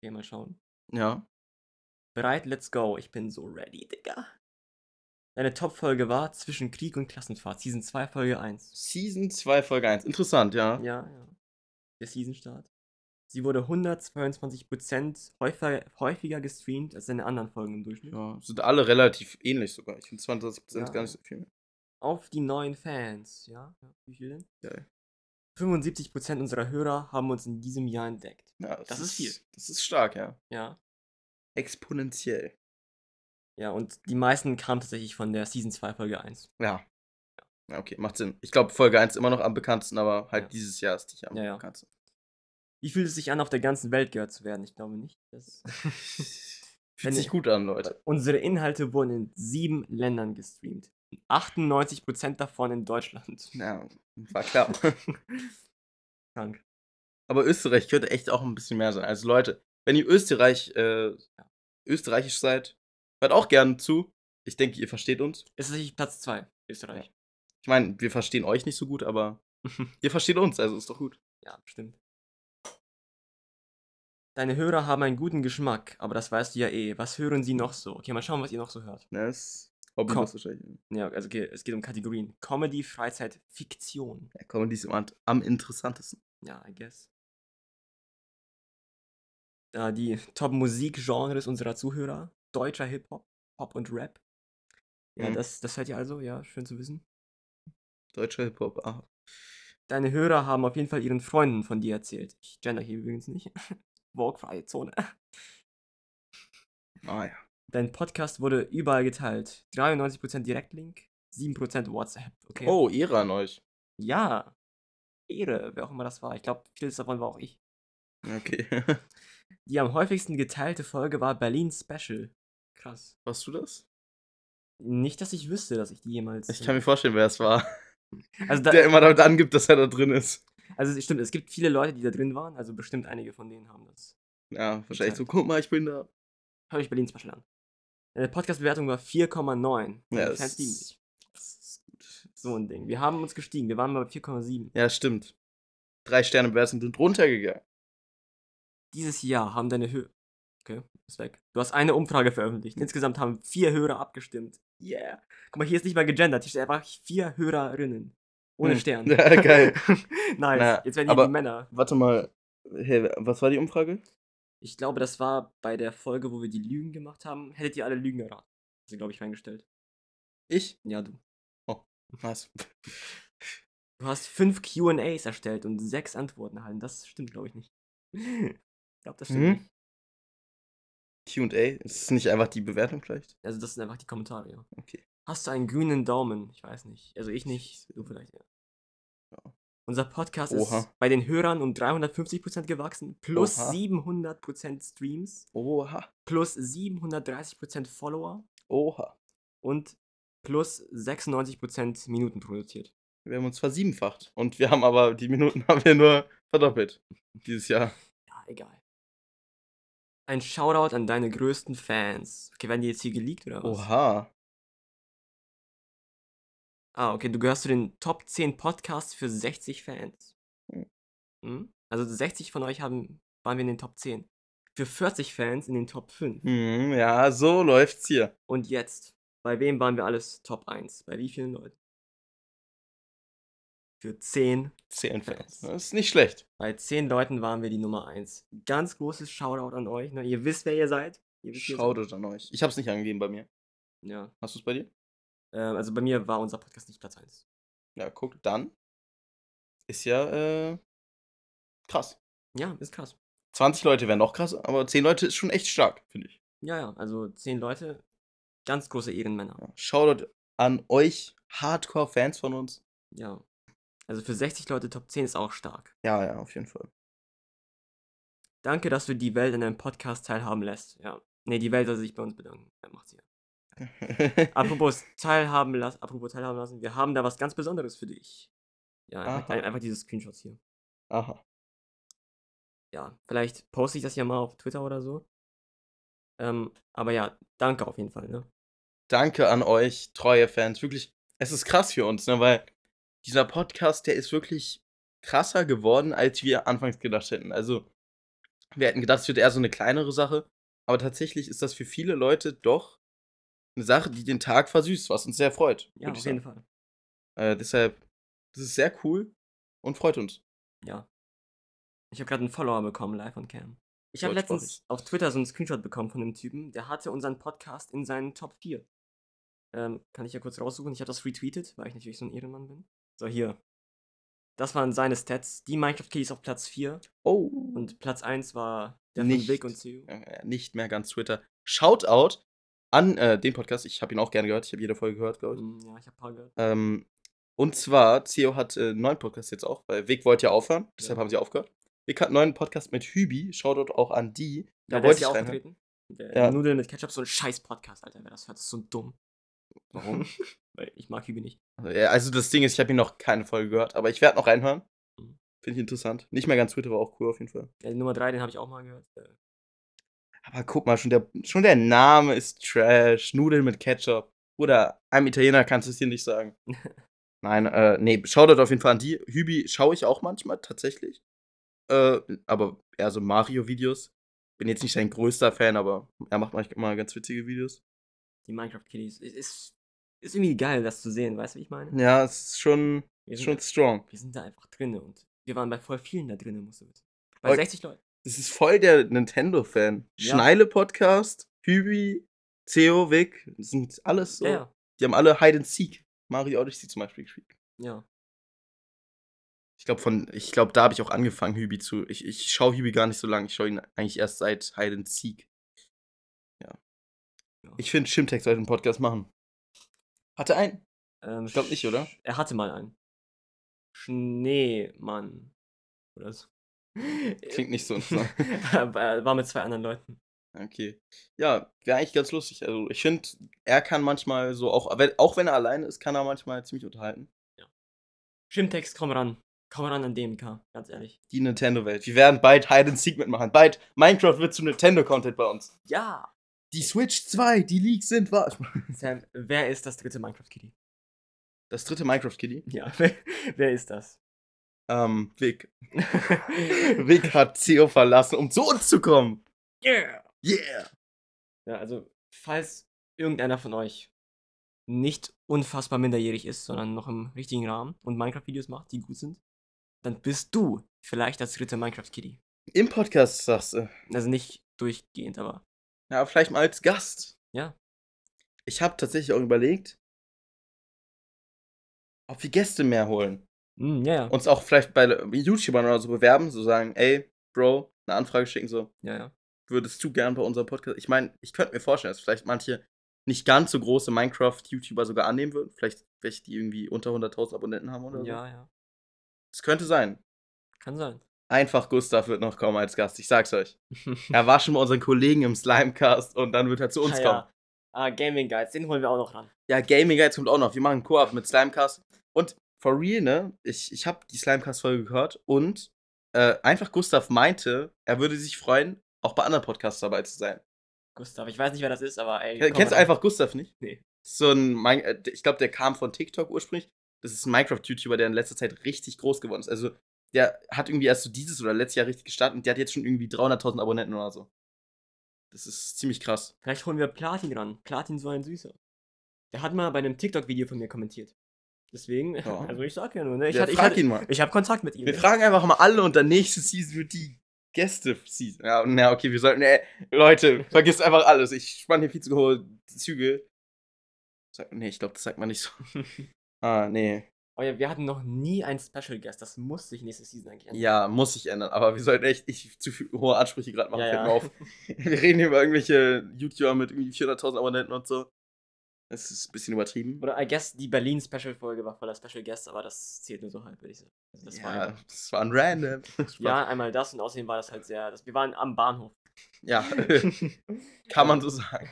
[SPEAKER 1] Okay, mal schauen.
[SPEAKER 2] Ja.
[SPEAKER 1] Bereit, let's go. Ich bin so ready, Digga. Deine Top-Folge war Zwischen Krieg und Klassenfahrt, Season 2, Folge 1.
[SPEAKER 2] Season 2, Folge 1. Interessant, ja.
[SPEAKER 1] Ja, ja. Der Season-Start. Sie wurde 122% häufiger, häufiger gestreamt als seine anderen Folgen im Durchschnitt.
[SPEAKER 2] Ja, Sind alle relativ ähnlich sogar. Ich finde 22% ist
[SPEAKER 1] Ja.
[SPEAKER 2] gar nicht so viel.
[SPEAKER 1] Auf die neuen Fans, ja? ja wie viel denn?
[SPEAKER 2] Geil.
[SPEAKER 1] 75% unserer Hörer haben uns in diesem Jahr entdeckt.
[SPEAKER 2] Ja,
[SPEAKER 1] Das ist viel.
[SPEAKER 2] Das ist stark, ja.
[SPEAKER 1] Ja.
[SPEAKER 2] Exponentiell.
[SPEAKER 1] Ja, und die meisten kamen tatsächlich von der Season 2 Folge 1.
[SPEAKER 2] Ja. Ja, okay, macht Sinn. Ich glaube, Folge 1 immer noch am bekanntesten, aber halt
[SPEAKER 1] Ja.
[SPEAKER 2] dieses Jahr ist die am
[SPEAKER 1] Ja, ja.
[SPEAKER 2] bekanntesten.
[SPEAKER 1] Wie fühlt es sich an, auf der ganzen Welt gehört zu werden? Ich glaube nicht. Das Wenn
[SPEAKER 2] Fühlt sich
[SPEAKER 1] ich-
[SPEAKER 2] gut an, Leute.
[SPEAKER 1] Unsere Inhalte wurden in sieben Ländern gestreamt. 98% davon in Deutschland.
[SPEAKER 2] Ja, war klar.
[SPEAKER 1] Krank.
[SPEAKER 2] Aber Österreich könnte echt auch ein bisschen mehr sein. Also Leute, wenn ihr Österreich, äh, österreichisch seid, hört auch gerne zu. Ich denke, ihr versteht uns.
[SPEAKER 1] Es ist tatsächlich Platz 2, Österreich.
[SPEAKER 2] Ich meine, wir verstehen euch nicht so gut, aber ihr versteht uns, also ist doch gut.
[SPEAKER 1] Ja, stimmt. Deine Hörer haben einen guten Geschmack, aber das weißt du ja eh. Was hören sie noch so? Okay, mal schauen, was ihr noch so hört.
[SPEAKER 2] Ne, ist Hobby
[SPEAKER 1] Komm.
[SPEAKER 2] ist wahrscheinlich.
[SPEAKER 1] Ja, also okay, es geht um Kategorien. Comedy, Freizeit, Fiktion.
[SPEAKER 2] Ja, Comedy ist immer am interessantesten.
[SPEAKER 1] Ja, I guess. Da die Top-Musikgenres unserer Zuhörer. Deutscher Hip-Hop, Pop und Rap. Ja,
[SPEAKER 2] Mhm.
[SPEAKER 1] das, das hört ihr also, ja, schön zu wissen.
[SPEAKER 2] Deutscher Hip-Hop. Ah.
[SPEAKER 1] Deine Hörer haben auf jeden Fall ihren Freunden von dir erzählt. Ich gender hier übrigens nicht. Walkfreie Zone.
[SPEAKER 2] Ah ja.
[SPEAKER 1] Dein Podcast wurde überall geteilt. 93% Direktlink, 7% WhatsApp. Okay.
[SPEAKER 2] Oh, Ehre an euch.
[SPEAKER 1] Ja. Ehre, wer auch immer das war. Ich glaube, vieles davon war auch ich.
[SPEAKER 2] Okay.
[SPEAKER 1] Die am häufigsten geteilte Folge war Berlin Special. Krass.
[SPEAKER 2] Warst du das?
[SPEAKER 1] Nicht, dass ich wüsste, dass ich die jemals.
[SPEAKER 2] Ich kann mir vorstellen, wer es war.
[SPEAKER 1] also, da,
[SPEAKER 2] Der immer damit angibt, dass er da drin ist.
[SPEAKER 1] also es stimmt, es gibt viele Leute, die da drin waren. Also bestimmt einige von denen haben das.
[SPEAKER 2] Ja, wahrscheinlich so, guck mal, ich bin da.
[SPEAKER 1] Hör ich Berlin Special an. Deine Podcast-Bewertung war 4,9.
[SPEAKER 2] Ja,
[SPEAKER 1] Die
[SPEAKER 2] das
[SPEAKER 1] Fans lieben dich.
[SPEAKER 2] ist, das ist gut.
[SPEAKER 1] So ein Ding. Wir haben uns gestiegen. Wir waren bei 4,7.
[SPEAKER 2] Ja, stimmt. Drei Sterne bewerten sind runtergegangen.
[SPEAKER 1] Dieses Jahr haben deine Höhe. Okay, ist weg. Du hast eine Umfrage veröffentlicht. Insgesamt haben vier Hörer abgestimmt. Yeah. Guck mal, hier ist nicht mal gegendert. Hier steht einfach vier Hörerinnen. Ohne
[SPEAKER 2] Hm.
[SPEAKER 1] Stern.
[SPEAKER 2] Ja, geil.
[SPEAKER 1] nice.
[SPEAKER 2] Na,
[SPEAKER 1] Jetzt werden hier
[SPEAKER 2] aber-
[SPEAKER 1] die Männer.
[SPEAKER 2] Warte mal, hey, was war die Umfrage?
[SPEAKER 1] Ich glaube, das war bei der Folge, wo wir die Lügen gemacht haben. Hättet ihr alle Lügen erraten. Hast du, glaube ich, reingestellt.
[SPEAKER 2] Ich?
[SPEAKER 1] Ja, du.
[SPEAKER 2] Was?
[SPEAKER 1] Du hast fünf QAs erstellt und sechs Antworten erhalten. Das stimmt, glaube ich, nicht. Ich glaube, das stimmt
[SPEAKER 2] Hm?
[SPEAKER 1] nicht.
[SPEAKER 2] QA? Ist es nicht einfach die Bewertung vielleicht?
[SPEAKER 1] Also, das sind einfach die Kommentare, ja.
[SPEAKER 2] Okay.
[SPEAKER 1] Hast du einen grünen Daumen? Ich weiß nicht. Also, ich nicht. Du vielleicht, ja.
[SPEAKER 2] Ja.
[SPEAKER 1] Unser Podcast
[SPEAKER 2] Oha.
[SPEAKER 1] ist bei den Hörern um 350% gewachsen, plus
[SPEAKER 2] Oha.
[SPEAKER 1] 700% Streams,
[SPEAKER 2] Oha.
[SPEAKER 1] plus 730% Follower
[SPEAKER 2] Oha.
[SPEAKER 1] und plus 96% Minuten produziert.
[SPEAKER 2] Wir haben uns versiebenfacht. Und wir haben aber, die Minuten haben wir nur verdoppelt. Dieses Jahr.
[SPEAKER 1] Ja, egal. Ein Shoutout an deine größten Fans. Okay, werden die jetzt hier geleakt oder was?
[SPEAKER 2] Oha.
[SPEAKER 1] Ah, okay, du gehörst zu den Top 10 Podcasts für 60 Fans.
[SPEAKER 2] Hm.
[SPEAKER 1] Hm? Also 60 von euch haben, waren wir in den Top 10. Für 40 Fans in den Top 5.
[SPEAKER 2] Hm, ja, so läuft's hier.
[SPEAKER 1] Und jetzt, bei wem waren wir alles Top 1? Bei wie vielen Leuten? Für 10.
[SPEAKER 2] Zehn Fans. Das ist nicht schlecht.
[SPEAKER 1] Bei 10 Leuten waren wir die Nummer 1. Ganz großes Shoutout an euch. Ne? Ihr wisst, wer ihr seid. Ihr wisst, wie ihr
[SPEAKER 2] Schaut an euch. Ich hab's nicht angegeben bei mir.
[SPEAKER 1] seid. Ja.
[SPEAKER 2] Hast du's bei dir?
[SPEAKER 1] Ähm, also bei mir war unser Podcast nicht Platz 1.
[SPEAKER 2] Ja, guck, dann. Ist ja, äh, krass.
[SPEAKER 1] Ja, ist krass.
[SPEAKER 2] 20 Leute wären noch krass, aber 10 Leute ist schon echt stark, finde ich.
[SPEAKER 1] Ja, ja, also 10 Leute. Ganz große Ehrenmänner.
[SPEAKER 2] Ja. Shoutout an euch, Hardcore-Fans von uns.
[SPEAKER 1] Ja. Also für 60 Leute Top 10 ist auch stark.
[SPEAKER 2] Ja, ja, auf jeden Fall.
[SPEAKER 1] Danke, dass du die Welt an deinem Podcast teilhaben lässt. Ja. Nee, die Welt soll sich bei uns bedanken. Ja, macht sie. ja. Apropos teilhaben lassen, apropos teilhaben lassen, wir haben da was ganz Besonderes für dich. Ja, einfach,
[SPEAKER 2] Aha.
[SPEAKER 1] einfach diese Screenshots hier.
[SPEAKER 2] Aha.
[SPEAKER 1] Ja, vielleicht poste ich das ja mal auf Twitter oder so. Ähm, aber ja, danke auf jeden Fall, ne?
[SPEAKER 2] Danke an euch, treue Fans. Wirklich, es ist krass für uns, ne, weil dieser Podcast, der ist wirklich krasser geworden, als wir anfangs gedacht hätten. Also, wir hätten gedacht, es wird eher so eine kleinere Sache, aber tatsächlich ist das für viele Leute doch eine Sache, die den Tag versüßt, was uns sehr freut.
[SPEAKER 1] Ja,
[SPEAKER 2] würd ich
[SPEAKER 1] auf
[SPEAKER 2] sagen.
[SPEAKER 1] jeden Fall.
[SPEAKER 2] Äh, deshalb, das ist sehr cool und freut uns.
[SPEAKER 1] Ja. Ich habe gerade einen Follower bekommen, live on cam. Ich habe
[SPEAKER 2] Deutsch
[SPEAKER 1] letztens auf Twitter so einen Screenshot bekommen von einem Typen, der hatte unseren Podcast in seinen Top 4. Ähm, kann ich ja kurz raussuchen. Ich habe das retweetet, weil ich natürlich so ein Ehrenmann bin. So, hier. Das waren seine Stats. Die Minecraft Kitties auf Platz 4
[SPEAKER 2] Oh. Und
[SPEAKER 1] und Platz 1 war der
[SPEAKER 2] Nicht.
[SPEAKER 1] von Vic und Sue.
[SPEAKER 2] äh, nicht mehr ganz Twitter. Shoutout an äh, den Podcast. Ich habe ihn auch gerne gehört. Ich habe jede Folge gehört, glaube ich.
[SPEAKER 1] Hm, Ja, ich habe paar gehört.
[SPEAKER 2] Ähm, und zwar, CEO hat äh, einen neuen Podcast jetzt auch, weil Vic wollte ja aufhören, deshalb
[SPEAKER 1] Ja.
[SPEAKER 2] haben sie aufgehört. Vic hat einen neuen Podcast mit Hübi. Shoutout auch an die. Da
[SPEAKER 1] Ja, der
[SPEAKER 2] wollte
[SPEAKER 1] ist ja
[SPEAKER 2] ich
[SPEAKER 1] auch
[SPEAKER 2] reinhören.
[SPEAKER 1] vertreten. Der
[SPEAKER 2] Ja.
[SPEAKER 1] Nudeln mit Ketchup, so ein scheiß Podcast, Alter. Wer das hört, ist so dumm.
[SPEAKER 2] Warum?
[SPEAKER 1] Weil ich mag Hübe nicht.
[SPEAKER 2] Ja, also das Ding ist, ich habe ihn noch keine Folge gehört, aber ich werde noch reinhören.
[SPEAKER 1] Mhm.
[SPEAKER 2] Finde ich interessant. Nicht mehr ganz Twitter war auch cool auf jeden Fall.
[SPEAKER 1] Der Nummer 3, den habe ich auch mal gehört. Äh,
[SPEAKER 2] Aber guck mal, schon der, schon der Name ist Trash. Nudeln mit Ketchup. Oder einem Italiener kannst du es dir nicht sagen. Nein, äh, nee, Shoutout auf jeden Fall an die. Hübi schaue ich auch manchmal, tatsächlich. Äh, aber eher so Mario-Videos. Bin jetzt nicht sein größter Fan, aber er macht manchmal ganz witzige Videos.
[SPEAKER 1] die Minecraft Kitties. Es Ist, ist irgendwie geil, das zu sehen, weißt du, wie ich meine?
[SPEAKER 2] Ja, es ist schon,
[SPEAKER 1] Wir
[SPEAKER 2] ist
[SPEAKER 1] sind,
[SPEAKER 2] schon
[SPEAKER 1] da,
[SPEAKER 2] strong.
[SPEAKER 1] wir sind da einfach drinne und wir waren bei voll vielen da drinne, musst du wissen. Bei
[SPEAKER 2] Okay.
[SPEAKER 1] 60 Leuten.
[SPEAKER 2] Es ist voll der Nintendo-Fan.
[SPEAKER 1] Ja.
[SPEAKER 2] Schneile-Podcast, Hübi, Ceo, Vic, das sind alles so.
[SPEAKER 1] Ja, ja,
[SPEAKER 2] Die haben alle Hide and Seek. Mario Odyssey zum Beispiel gespielt.
[SPEAKER 1] ja.
[SPEAKER 2] Ich glaube, von, ich glaube, da habe ich auch angefangen, Hübi zu. Ich, ich schaue Hübi gar nicht so lange. Ich schaue ihn eigentlich erst seit Hide and Seek. Ja.
[SPEAKER 1] Ja.
[SPEAKER 2] Ich finde, Shimtex sollte einen Podcast machen. Hatte einen?
[SPEAKER 1] Ähm,
[SPEAKER 2] Ich glaube nicht, oder?
[SPEAKER 1] Er hatte mal einen. Schneemann. Oder so.
[SPEAKER 2] Klingt nicht so.
[SPEAKER 1] war war mit zwei anderen Leuten.
[SPEAKER 2] Okay. Ja, wäre eigentlich ganz lustig. Also, ich finde, er kann manchmal so, auch, wenn- auch wenn er alleine ist, kann er manchmal ziemlich unterhalten.
[SPEAKER 1] Schimtex, komm ran. Komm ran an DMK, ganz ehrlich.
[SPEAKER 2] Die Nintendo-Welt. Wir werden bald Hide and Seek mitmachen. Bald Minecraft wird zu Nintendo-Content bei uns.
[SPEAKER 1] Ja!
[SPEAKER 2] Die Switch 2, die Leaks sind wahr.
[SPEAKER 1] Sam, wer ist das dritte Minecraft-Kitty?
[SPEAKER 2] Das dritte Minecraft-Kitty.
[SPEAKER 1] Ja, wer, wer ist das?
[SPEAKER 2] Ähm, Vic. Vic hat CEO verlassen, um zu uns zu kommen.
[SPEAKER 1] yeah!
[SPEAKER 2] Yeah!
[SPEAKER 1] Ja, also, falls irgendeiner von euch nicht unfassbar minderjährig ist, sondern noch im richtigen Rahmen und Minecraft-Videos macht, die gut sind, dann bist du vielleicht das dritte Minecraft-Kitty.
[SPEAKER 2] Im Podcast sagst du.
[SPEAKER 1] Also nicht durchgehend, aber
[SPEAKER 2] Ja, vielleicht mal als Gast.
[SPEAKER 1] Ja.
[SPEAKER 2] Ich habe tatsächlich auch überlegt, ob wir Gäste mehr holen.
[SPEAKER 1] Mm, ja, ja.
[SPEAKER 2] uns auch vielleicht bei YouTubern oder so bewerben, so sagen, ey, Bro, eine Anfrage schicken, so,
[SPEAKER 1] ja, ja.
[SPEAKER 2] würdest du gern bei unserem Podcast? Ich meine, ich könnte mir vorstellen, dass vielleicht manche nicht ganz so große Minecraft-YouTuber sogar annehmen würden. Vielleicht welche, die irgendwie unter 100.000 Abonnenten haben oder so.
[SPEAKER 1] Ja, ja.
[SPEAKER 2] Es könnte sein.
[SPEAKER 1] Kann sein.
[SPEAKER 2] Einfach Gustav wird noch kommen als Gast, ich sag's euch. Er war schon bei unseren Kollegen im Slimecast und dann wird er zu uns
[SPEAKER 1] Ah,
[SPEAKER 2] kommen.
[SPEAKER 1] Ja. Ah, Gaming Guides, den holen wir auch noch ran.
[SPEAKER 2] Ja, Gaming Guides kommt auch noch. Wir machen Co-op mit Slimecast. Und for real, ne? Ich, ich habe die Slimecast-Folge gehört und äh, einfach Gustav meinte, er würde sich freuen, auch bei anderen Podcasts dabei zu sein.
[SPEAKER 1] Gustav, ich weiß nicht, wer das ist, aber ey.
[SPEAKER 2] Ken-
[SPEAKER 1] komm
[SPEAKER 2] Äh, Kennst du
[SPEAKER 1] ran.
[SPEAKER 2] einfach Gustav nicht?
[SPEAKER 1] Nee.
[SPEAKER 2] So ein, Min- äh, ich glaube, der kam von TikTok ursprünglich. Das ist ein Minecraft-YouTuber, der in letzter Zeit richtig groß geworden ist. Also, der hat irgendwie erst so dieses oder letztes Jahr richtig gestartet und der hat jetzt schon irgendwie 300.000 Abonnenten oder so. Das ist ziemlich krass.
[SPEAKER 1] Vielleicht holen wir Platin ran. Platin so ein Süßer. Der hat mal bei einem TikTok-Video von mir kommentiert. Deswegen,
[SPEAKER 2] Ja.
[SPEAKER 1] also ich sag ja nur, ne? Ich,
[SPEAKER 2] Ja,
[SPEAKER 1] hatte, ich,
[SPEAKER 2] frag
[SPEAKER 1] hatte,
[SPEAKER 2] ihn mal.
[SPEAKER 1] ich habe Kontakt mit ihm.
[SPEAKER 2] Wir fragen einfach mal alle und dann nächste Season wird die Gäste-Season. Ja, na, okay, wir sollten. Nee, Leute, vergiss einfach alles. Ich spann hier viel zu hohe Züge. Sag, nee, ich glaube, das sagt man nicht so. ah, nee.
[SPEAKER 1] Oh ja, wir hatten noch nie einen Special Guest. Das muss sich nächste Season eigentlich ändern.
[SPEAKER 2] Ja, muss sich ändern. Aber wir sollten echt ich, zu viel, hohe Ansprüche gerade machen.
[SPEAKER 1] Ja,
[SPEAKER 2] fällt
[SPEAKER 1] ja.
[SPEAKER 2] mir auf. Wir reden hier über irgendwelche YouTuber mit irgendwie 400.000 Abonnenten und so. Das ist ein bisschen übertrieben.
[SPEAKER 1] Oder I guess die Berlin-Special-Folge war voller Special Guests, aber das zählt nur so halb, würde ich sagen. Also das
[SPEAKER 2] ja,
[SPEAKER 1] war
[SPEAKER 2] das war ein random.
[SPEAKER 1] ja, einmal das und außerdem war das halt sehr. Das, wir waren am Bahnhof. Also
[SPEAKER 2] Ja, kann man so sagen.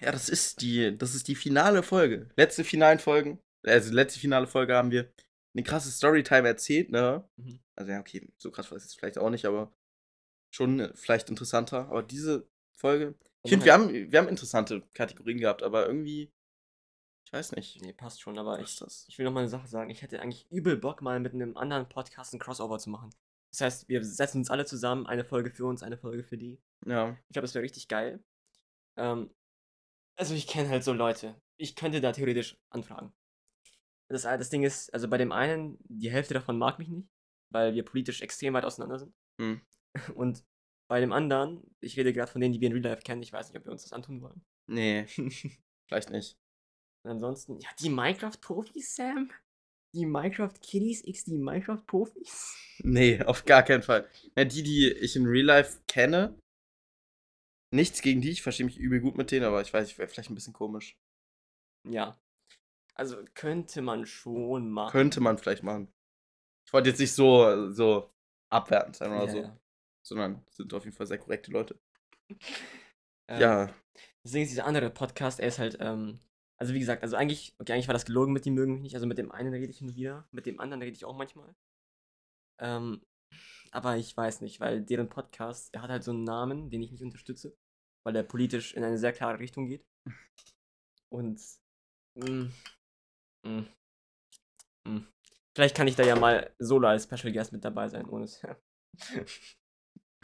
[SPEAKER 2] Ja, das ist die, das ist die finale Folge. Letzte finalen Folgen, also letzte finale Folge haben wir eine krasse Storytime erzählt, ne?
[SPEAKER 1] Mhm.
[SPEAKER 2] Also ja, okay, so krass war es jetzt vielleicht auch nicht, aber schon äh, vielleicht interessanter. Aber diese Folge, ich
[SPEAKER 1] halt
[SPEAKER 2] finde, wir haben, wir haben interessante Kategorien gehabt, aber irgendwie, ich weiß nicht,
[SPEAKER 1] Nee, passt schon, aber
[SPEAKER 2] was
[SPEAKER 1] ich,
[SPEAKER 2] das?
[SPEAKER 1] ich will noch mal eine Sache sagen. Ich hätte eigentlich übel Bock, mal mit einem anderen Podcast ein Crossover zu machen. Das heißt, wir setzen uns alle zusammen, eine Folge für uns, eine Folge für die.
[SPEAKER 2] Ja,
[SPEAKER 1] Ich glaube, das wäre richtig geil. Ähm, also ich kenne halt so Leute. Ich könnte da theoretisch anfragen. Das, das Ding ist, also bei dem einen, die Hälfte davon mag mich nicht, weil wir politisch extrem weit auseinander sind.
[SPEAKER 2] Hm.
[SPEAKER 1] Und bei dem anderen, ich rede gerade von denen, die wir in Real Life kennen, ich weiß nicht, ob wir uns das antun wollen.
[SPEAKER 2] nee, vielleicht nicht.
[SPEAKER 1] Und ansonsten, ja, die Minecraft-Profis, Sam? Die Minecraft-Kiddies x die Minecraft-Profis?
[SPEAKER 2] Nee, auf gar keinen Fall. Na, die, die ich in Real Life kenne, nichts gegen die, ich verstehe mich übel gut mit denen, aber ich weiß, ich wäre vielleicht ein bisschen komisch.
[SPEAKER 1] Ja. Also könnte man schon machen.
[SPEAKER 2] Könnte man vielleicht machen. Ich wollte jetzt nicht so, so abwertend sein oder
[SPEAKER 1] Ja,
[SPEAKER 2] so,
[SPEAKER 1] ja.
[SPEAKER 2] sondern sind auf jeden Fall sehr korrekte Leute.
[SPEAKER 1] Ähm,
[SPEAKER 2] Ja,
[SPEAKER 1] Deswegen ist dieser andere Podcast, er ist halt, ähm, also wie gesagt, also eigentlich, okay, eigentlich war das gelogen mit dem mögen mich nicht, also mit dem einen rede ich hin und wieder, mit dem anderen rede ich auch manchmal. Ähm, aber ich weiß nicht, weil deren Podcast, er hat halt so einen Namen, den ich nicht unterstütze, weil er politisch in eine sehr klare Richtung geht. Und, mm, mh, mh, mh. mm. vielleicht kann ich da ja mal solo als Special Guest mit dabei sein, ohne es,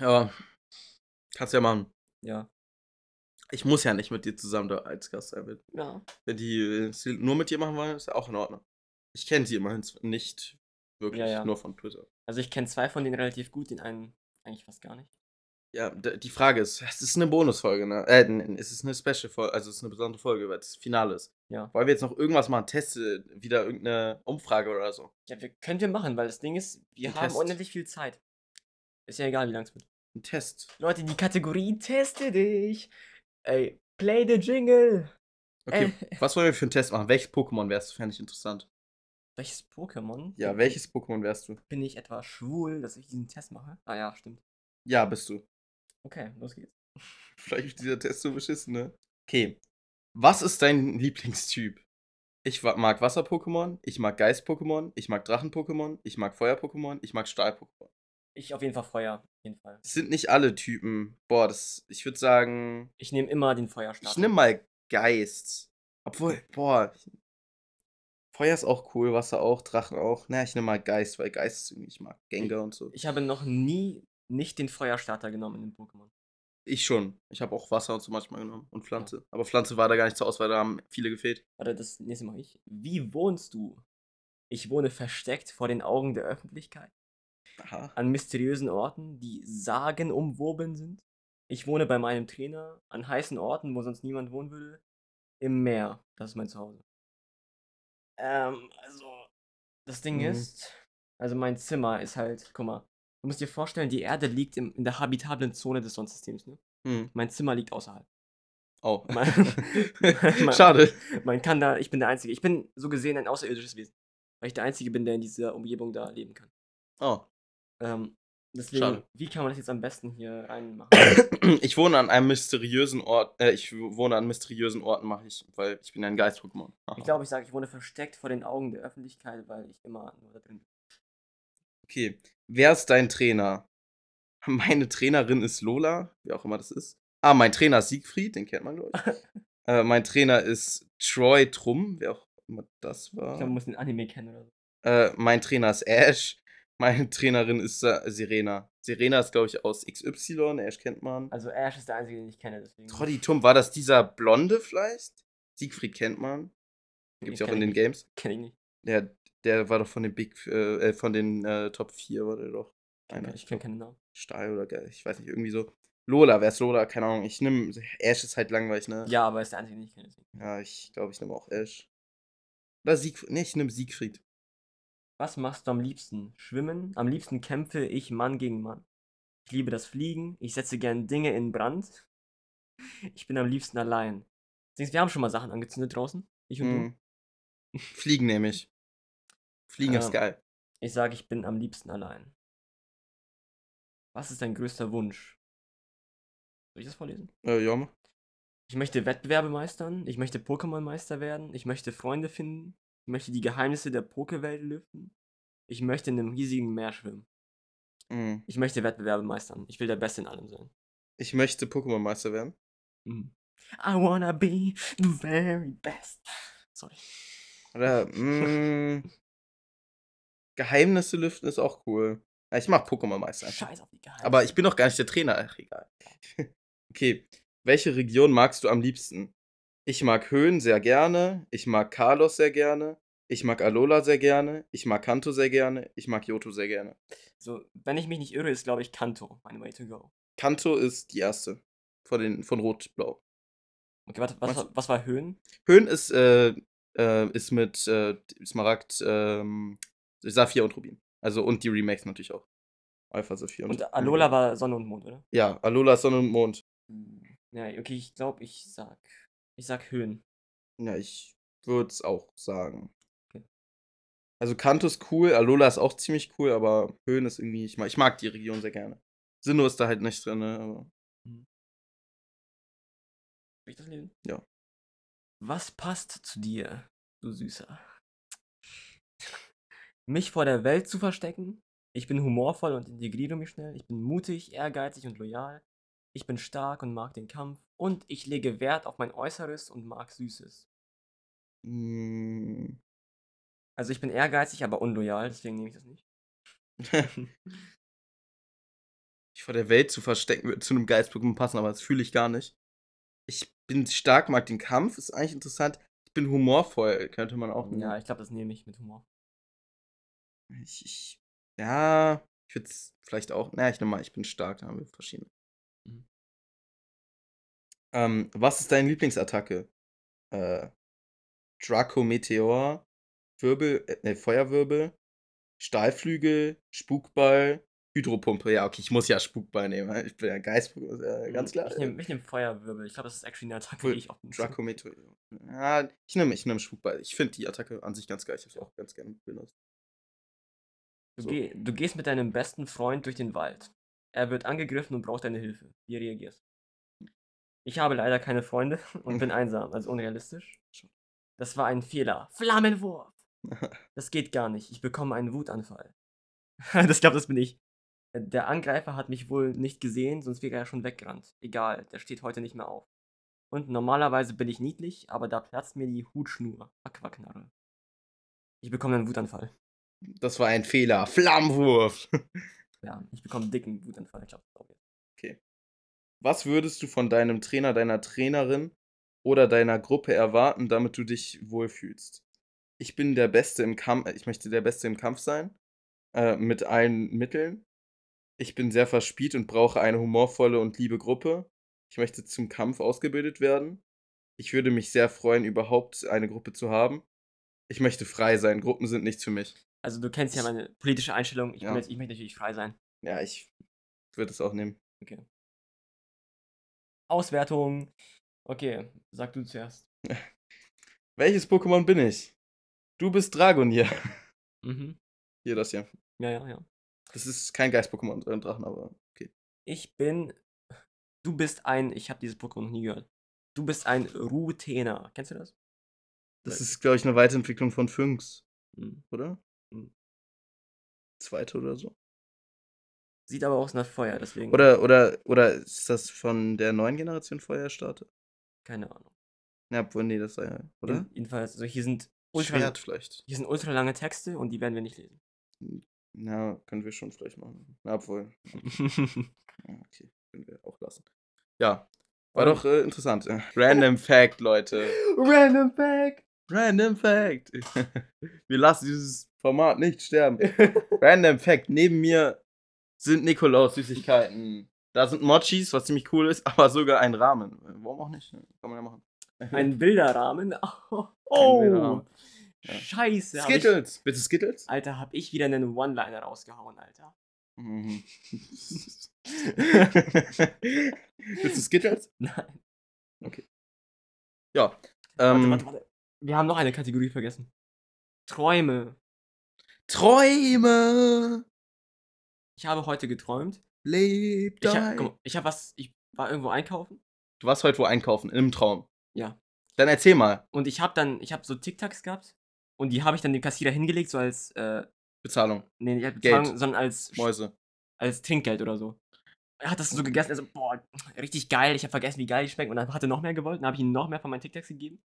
[SPEAKER 2] aber kannst ja machen.
[SPEAKER 1] ja.
[SPEAKER 2] Ich muss ja nicht mit dir zusammen da als Gast sein. Wenn-
[SPEAKER 1] Ja.
[SPEAKER 2] Wenn die äh, es nur mit dir machen wollen, ist ja auch in Ordnung. Ich kenne sie immerhin z- nicht wirklich,
[SPEAKER 1] Ja, ja.
[SPEAKER 2] nur von Twitter.
[SPEAKER 1] Also ich kenne zwei von denen relativ gut, den einen eigentlich fast gar nicht.
[SPEAKER 2] Ja, d- die Frage ist, es ist eine Bonusfolge, ne? Äh, n- n- es ist eine Special-Folge, also es ist eine besondere Folge, weil es das Finale ist.
[SPEAKER 1] Ja.
[SPEAKER 2] Wollen wir jetzt noch irgendwas machen? Teste wieder irgendeine Umfrage oder so?
[SPEAKER 1] Ja, wir, können wir machen, weil das Ding ist, wir
[SPEAKER 2] Ein
[SPEAKER 1] haben
[SPEAKER 2] Test.
[SPEAKER 1] unendlich viel Zeit. Ist ja egal, wie lang es wird.
[SPEAKER 2] Ein Test.
[SPEAKER 1] Leute, die Kategorie teste dich. Ey, play the jingle.
[SPEAKER 2] Okay, was wollen wir für einen Test machen? Welches Pokémon wärst du? Fände ich interessant.
[SPEAKER 1] Welches Pokémon?
[SPEAKER 2] Ja, welches Pokémon wärst du?
[SPEAKER 1] Bin ich etwa schwul, dass ich diesen Test mache? Ah ja, stimmt.
[SPEAKER 2] Ja, bist du.
[SPEAKER 1] Okay, los geht's.
[SPEAKER 2] Vielleicht ist dieser Test so beschissen, ne? Okay. Was ist dein Lieblingstyp? Ich wa- mag Wasser-Pokémon, ich mag Geist-Pokémon, ich mag Drachen-Pokémon, ich mag Feuer-Pokémon, ich mag Stahl-Pokémon.
[SPEAKER 1] Ich auf jeden Fall Feuer. Auf jeden Fall.
[SPEAKER 2] Es sind nicht alle Typen. Boah, das, ich würde sagen,
[SPEAKER 1] Ich nehme immer den Feuerstab.
[SPEAKER 2] ich nehme mal Geist. Obwohl, boah. ich- Feuer ist auch cool, Wasser auch, Drachen auch. Na, ich nehme mal Geist, weil Geist ist irgendwie, ich mag Gengar und so.
[SPEAKER 1] Ich habe noch nie nicht den Feuerstarter genommen in dem Pokémon.
[SPEAKER 2] Ich schon. Ich habe auch Wasser und so manchmal genommen und Pflanze. Aber Pflanze war da gar nicht zur Auswahl, da haben viele gefehlt.
[SPEAKER 1] Warte, das nächste mache ich. Wie wohnst du? Ich wohne versteckt vor den Augen der Öffentlichkeit,
[SPEAKER 2] Aha.
[SPEAKER 1] an mysteriösen Orten, die sagenumwoben sind. Ich wohne bei meinem Trainer, an heißen Orten, wo sonst niemand wohnen würde, im Meer. Das ist mein Zuhause. Ähm, also, das Ding
[SPEAKER 2] Mhm.
[SPEAKER 1] ist, also mein Zimmer ist halt, guck mal, du musst dir vorstellen, die Erde liegt im, in der habitablen Zone des Sonnensystems, ne?
[SPEAKER 2] Hm.
[SPEAKER 1] Mein Zimmer liegt außerhalb.
[SPEAKER 2] Oh.
[SPEAKER 1] Mein-
[SPEAKER 2] Schade.
[SPEAKER 1] Man kann da, ich bin der Einzige. Ich bin so gesehen ein außerirdisches Wesen. Weil ich der Einzige bin, der in dieser Umgebung da leben kann.
[SPEAKER 2] Oh.
[SPEAKER 1] Ähm, deswegen,
[SPEAKER 2] Schade.
[SPEAKER 1] wie kann man das jetzt am besten hier reinmachen?
[SPEAKER 2] Ich wohne an einem mysteriösen Ort. Äh, ich wohne an mysteriösen Orten, mache ich, weil ich bin ein Geist-Pokémon. Aha.
[SPEAKER 1] ich glaube, ich sage, ich wurde versteckt vor den Augen der Öffentlichkeit, weil ich immer nur da drin bin.
[SPEAKER 2] Okay. Wer ist dein Trainer? Meine Trainerin ist Lola, wer auch immer das ist. Ah, mein Trainer ist Siegfried, den kennt man, glaube ich. äh, mein Trainer ist Troy Trumm, wer auch immer das war.
[SPEAKER 1] Ich glaube, man muss den Anime kennen oder so.
[SPEAKER 2] Äh, mein Trainer ist Ash. Meine Trainerin ist Sa Serena. Serena ist, glaube ich, aus XY. Ash kennt man.
[SPEAKER 1] Also Ash ist der Einzige, den ich kenne, deswegen.
[SPEAKER 2] Troddy Tum, war das dieser Blonde vielleicht? Siegfried kennt man. Gibt's ja auch in den Games.
[SPEAKER 1] Kenne ich nicht.
[SPEAKER 2] Der, der war doch von den Big, äh, äh, von den äh, Top 4 war der doch. Einer.
[SPEAKER 1] Ich kenne keinen Namen.
[SPEAKER 2] Stahl oder Geist, ich weiß nicht, irgendwie so. Lola, wer ist Lola? Keine Ahnung. Ich nehme. Ash ist halt langweilig, ne?
[SPEAKER 1] Ja, aber er ist der Einzige, den ich kenne. deswegen.
[SPEAKER 2] Ja, ich glaube, ich nehme auch Ash. Oder Siegfried. Ne, ich nehme Siegfried.
[SPEAKER 1] Was machst du am liebsten? Schwimmen? Am liebsten kämpfe ich Mann gegen Mann. Ich liebe das Fliegen. Ich setze gern Dinge in Brand. Ich bin am liebsten allein. Deswegen, wir haben schon mal Sachen angezündet draußen. Ich und du.
[SPEAKER 2] Mhm. Fliegen nehme ich. Fliegen
[SPEAKER 1] Ja.
[SPEAKER 2] ist geil.
[SPEAKER 1] Ich sage, ich bin am liebsten allein. Was ist dein größter Wunsch? Soll ich das vorlesen?
[SPEAKER 2] Äh, ja, mach.
[SPEAKER 1] Ich möchte Wettbewerbe meistern. Ich möchte Pokémon-Meister werden. Ich möchte Freunde finden. Ich möchte die Geheimnisse der Pokéwelt lüften. Ich möchte in einem riesigen Meer schwimmen.
[SPEAKER 2] Mhm.
[SPEAKER 1] Ich möchte Wettbewerbe meistern. Ich will der Beste in allem sein.
[SPEAKER 2] Ich möchte Pokémon-Meister werden.
[SPEAKER 1] Mhm. I wanna be the very best. Sorry.
[SPEAKER 2] Oder, mm, mh, Geheimnisse lüften ist auch cool. Ja, ich mach Pokémon-Meister. einfach.
[SPEAKER 1] Scheiß auf die Geheimnisse.
[SPEAKER 2] Aber ich bin doch gar nicht der Trainer. Ach, egal. okay. Welche Region magst du am liebsten? Ich mag Höhen sehr gerne. Ich mag Carlos sehr gerne. Ich mag Alola sehr gerne. Ich mag Kanto sehr gerne. Ich mag Johto sehr gerne.
[SPEAKER 1] so, wenn ich mich nicht irre, ist glaube ich Kanto my way to go.
[SPEAKER 2] Kanto ist die erste. Von, den, von Rot-Blau.
[SPEAKER 1] Okay, warte, was,
[SPEAKER 2] Meinst
[SPEAKER 1] war- was war Höhen?
[SPEAKER 2] Höhen ist, äh, äh, ist mit äh, Smaragd, ähm, Saphir und Rubin. Also und die Remakes natürlich auch. Alpha Saphir
[SPEAKER 1] Und Alola war Sonne und Mond, oder?
[SPEAKER 2] Ja, Alola ist Sonne und Mond.
[SPEAKER 1] Ja, okay, ich glaube, ich sag. Ich sag Höhen.
[SPEAKER 2] Ja, ich würde es auch sagen.
[SPEAKER 1] Okay.
[SPEAKER 2] Also Kanto ist cool, Alola ist auch ziemlich cool, aber Höhen ist irgendwie, ich mag, ich mag die Region sehr gerne. Sinnoh ist da halt nicht drin, ne? aber
[SPEAKER 1] Will ich das lesen?
[SPEAKER 2] Ja.
[SPEAKER 1] Was passt zu dir, du Süßer? Mich vor der Welt zu verstecken? Ich bin humorvoll und integriere mich schnell. Ich bin mutig, ehrgeizig und loyal. Ich bin stark und mag den Kampf. Und ich lege Wert auf mein Äußeres und mag Süßes.
[SPEAKER 2] Mm.
[SPEAKER 1] Also ich bin ehrgeizig, aber unloyal, deswegen nehme ich das nicht.
[SPEAKER 2] ich vor der Welt zu verstecken, würde zu einem Geist-Pokémon passen, aber das fühle ich gar nicht. Ich bin stark, mag den Kampf, ist eigentlich interessant. Ich bin humorvoll, könnte man auch nehmen.
[SPEAKER 1] Ja, ich glaube, das nehme ich mit Humor.
[SPEAKER 2] Ich, ich, ja, ich würde es vielleicht auch. Naja, ich nehme mal, ich bin stark, da haben wir verschiedene.
[SPEAKER 1] Mhm.
[SPEAKER 2] Ähm, was ist deine Lieblingsattacke? Äh, Draco Meteor, Wirbel, äh, nee, Feuerwirbel, Stahlflügel, Spukball, Hydropumpe. Ja, okay, ich muss ja Spukball nehmen. Ich bin ja Geist, äh, ganz klar.
[SPEAKER 1] Mhm, Ich nehme ich nehm Feuerwirbel. Ich glaube, das ist actually eine Attacke,
[SPEAKER 2] Cool.
[SPEAKER 1] die ich oft nutze.
[SPEAKER 2] Draco Meteor. Ja, ich nehme ich nehm Spukball. Ich finde die Attacke an sich ganz geil. Ich habe es auch ganz gerne benutzt.
[SPEAKER 1] Du,
[SPEAKER 2] So.
[SPEAKER 1] geh, du gehst mit deinem besten Freund durch den Wald. Er wird angegriffen und braucht deine Hilfe. Wie reagierst du? Ich habe leider keine Freunde und bin einsam, also unrealistisch. Das war ein Fehler. Flammenwurf! Das geht gar nicht. Ich bekomme einen Wutanfall. das glaube, das bin ich. Der Angreifer hat mich wohl nicht gesehen, sonst wäre er schon weggerannt. Egal, der steht heute nicht mehr auf. Und normalerweise bin ich niedlich, aber da platzt mir die Hutschnur. Aquaknarre. Ich bekomme einen Wutanfall.
[SPEAKER 2] Das war ein Fehler. Flammenwurf.
[SPEAKER 1] Ja, ich bekomme einen dicken Wutanfall. Ich glaube, das ist auch
[SPEAKER 2] Was würdest du von deinem Trainer, deiner Trainerin oder deiner Gruppe erwarten, damit du dich wohlfühlst? Ich bin der Beste im Kampf, äh, ich möchte der Beste im Kampf sein, äh, mit allen Mitteln. Ich bin sehr verspielt und brauche eine humorvolle und liebe Gruppe. Ich möchte zum Kampf ausgebildet werden. Ich würde mich sehr freuen, überhaupt eine Gruppe zu haben. Ich möchte frei sein. Gruppen sind nichts für mich.
[SPEAKER 1] Also du kennst ja meine politische Einstellung. Ich, bin
[SPEAKER 2] Ja.
[SPEAKER 1] jetzt, ich möchte natürlich frei sein.
[SPEAKER 2] Ja, ich würde es auch nehmen.
[SPEAKER 1] Auswertung. Okay, sag du zuerst.
[SPEAKER 2] Welches Pokémon bin ich? Du bist Dragonier.
[SPEAKER 1] Mhm.
[SPEAKER 2] Hier, das hier.
[SPEAKER 1] Ja, ja, ja.
[SPEAKER 2] Das ist kein Geist-Pokémon, sondern Drachen, aber okay.
[SPEAKER 1] Ich bin. Du bist ein. Ich habe dieses Pokémon noch nie gehört. Du bist ein Rutena. Kennst du das?
[SPEAKER 2] Das ist, glaube ich, eine Weiterentwicklung von Fünks,
[SPEAKER 1] Mhm.
[SPEAKER 2] oder? Hm.
[SPEAKER 1] Mhm.
[SPEAKER 2] Zweite oder so.
[SPEAKER 1] Sieht aber aus nach Feuer, deswegen.
[SPEAKER 2] Oder, oder, oder ist das von der neuen Generation vorher startet?
[SPEAKER 1] Keine Ahnung.
[SPEAKER 2] Ja, obwohl, nee, das sei ja, oder?
[SPEAKER 1] Jeden- Jedenfalls, also hier sind ultra.
[SPEAKER 2] Schwert vielleicht.
[SPEAKER 1] Hier sind ultra lange Texte und die werden wir nicht lesen.
[SPEAKER 2] Na, können wir schon vielleicht machen. Na, obwohl. Ja, okay, können wir auch lassen. Ja, war
[SPEAKER 1] Oder-
[SPEAKER 2] doch äh, interessant. Äh, Random Fact, Leute.
[SPEAKER 1] Random Fact!
[SPEAKER 2] Random Fact. Wir lassen dieses Format nicht sterben. Random Fact. Neben mir sind Nikolaus Süßigkeiten. Da sind Mochis, was ziemlich cool ist, aber sogar ein Rahmen. Warum auch nicht? Kann man ja machen.
[SPEAKER 1] Ein Bilderrahmen. Oh!
[SPEAKER 2] Bilderrahmen. Ja.
[SPEAKER 1] Scheiße! hab ich-
[SPEAKER 2] Skittles. Willst du Skittles?
[SPEAKER 1] Alter, hab ich wieder einen One-Liner rausgehauen, Alter.
[SPEAKER 2] Mhm. Willst du Skittles?
[SPEAKER 1] Nein.
[SPEAKER 2] Ja.
[SPEAKER 1] warte,
[SPEAKER 2] Ähm,
[SPEAKER 1] warte, warte. Wir haben noch eine Kategorie vergessen. Träume.
[SPEAKER 2] Träume.
[SPEAKER 1] Ich habe heute geträumt.
[SPEAKER 2] Leb
[SPEAKER 1] Ich,
[SPEAKER 2] dein.
[SPEAKER 1] hab- guck mal, ich habe was. Ich war irgendwo einkaufen
[SPEAKER 2] Du warst heute wo einkaufen, im Traum.
[SPEAKER 1] Ja.
[SPEAKER 2] Dann erzähl mal.
[SPEAKER 1] und ich habe dann, ich habe so Tic-Tacs gehabt und die habe ich dann dem Kassierer hingelegt, so als, äh,
[SPEAKER 2] Bezahlung.
[SPEAKER 1] nee, nicht als
[SPEAKER 2] Geld.
[SPEAKER 1] Bezahlung, sondern als,
[SPEAKER 2] Mäuse.
[SPEAKER 1] als Trinkgeld oder so. Er hat das so gegessen, also, boah, richtig geil, ich habe vergessen, wie geil die schmecken und dann hat er noch mehr gewollt, dann habe ich ihm noch mehr von meinen Tic-Tacs gegeben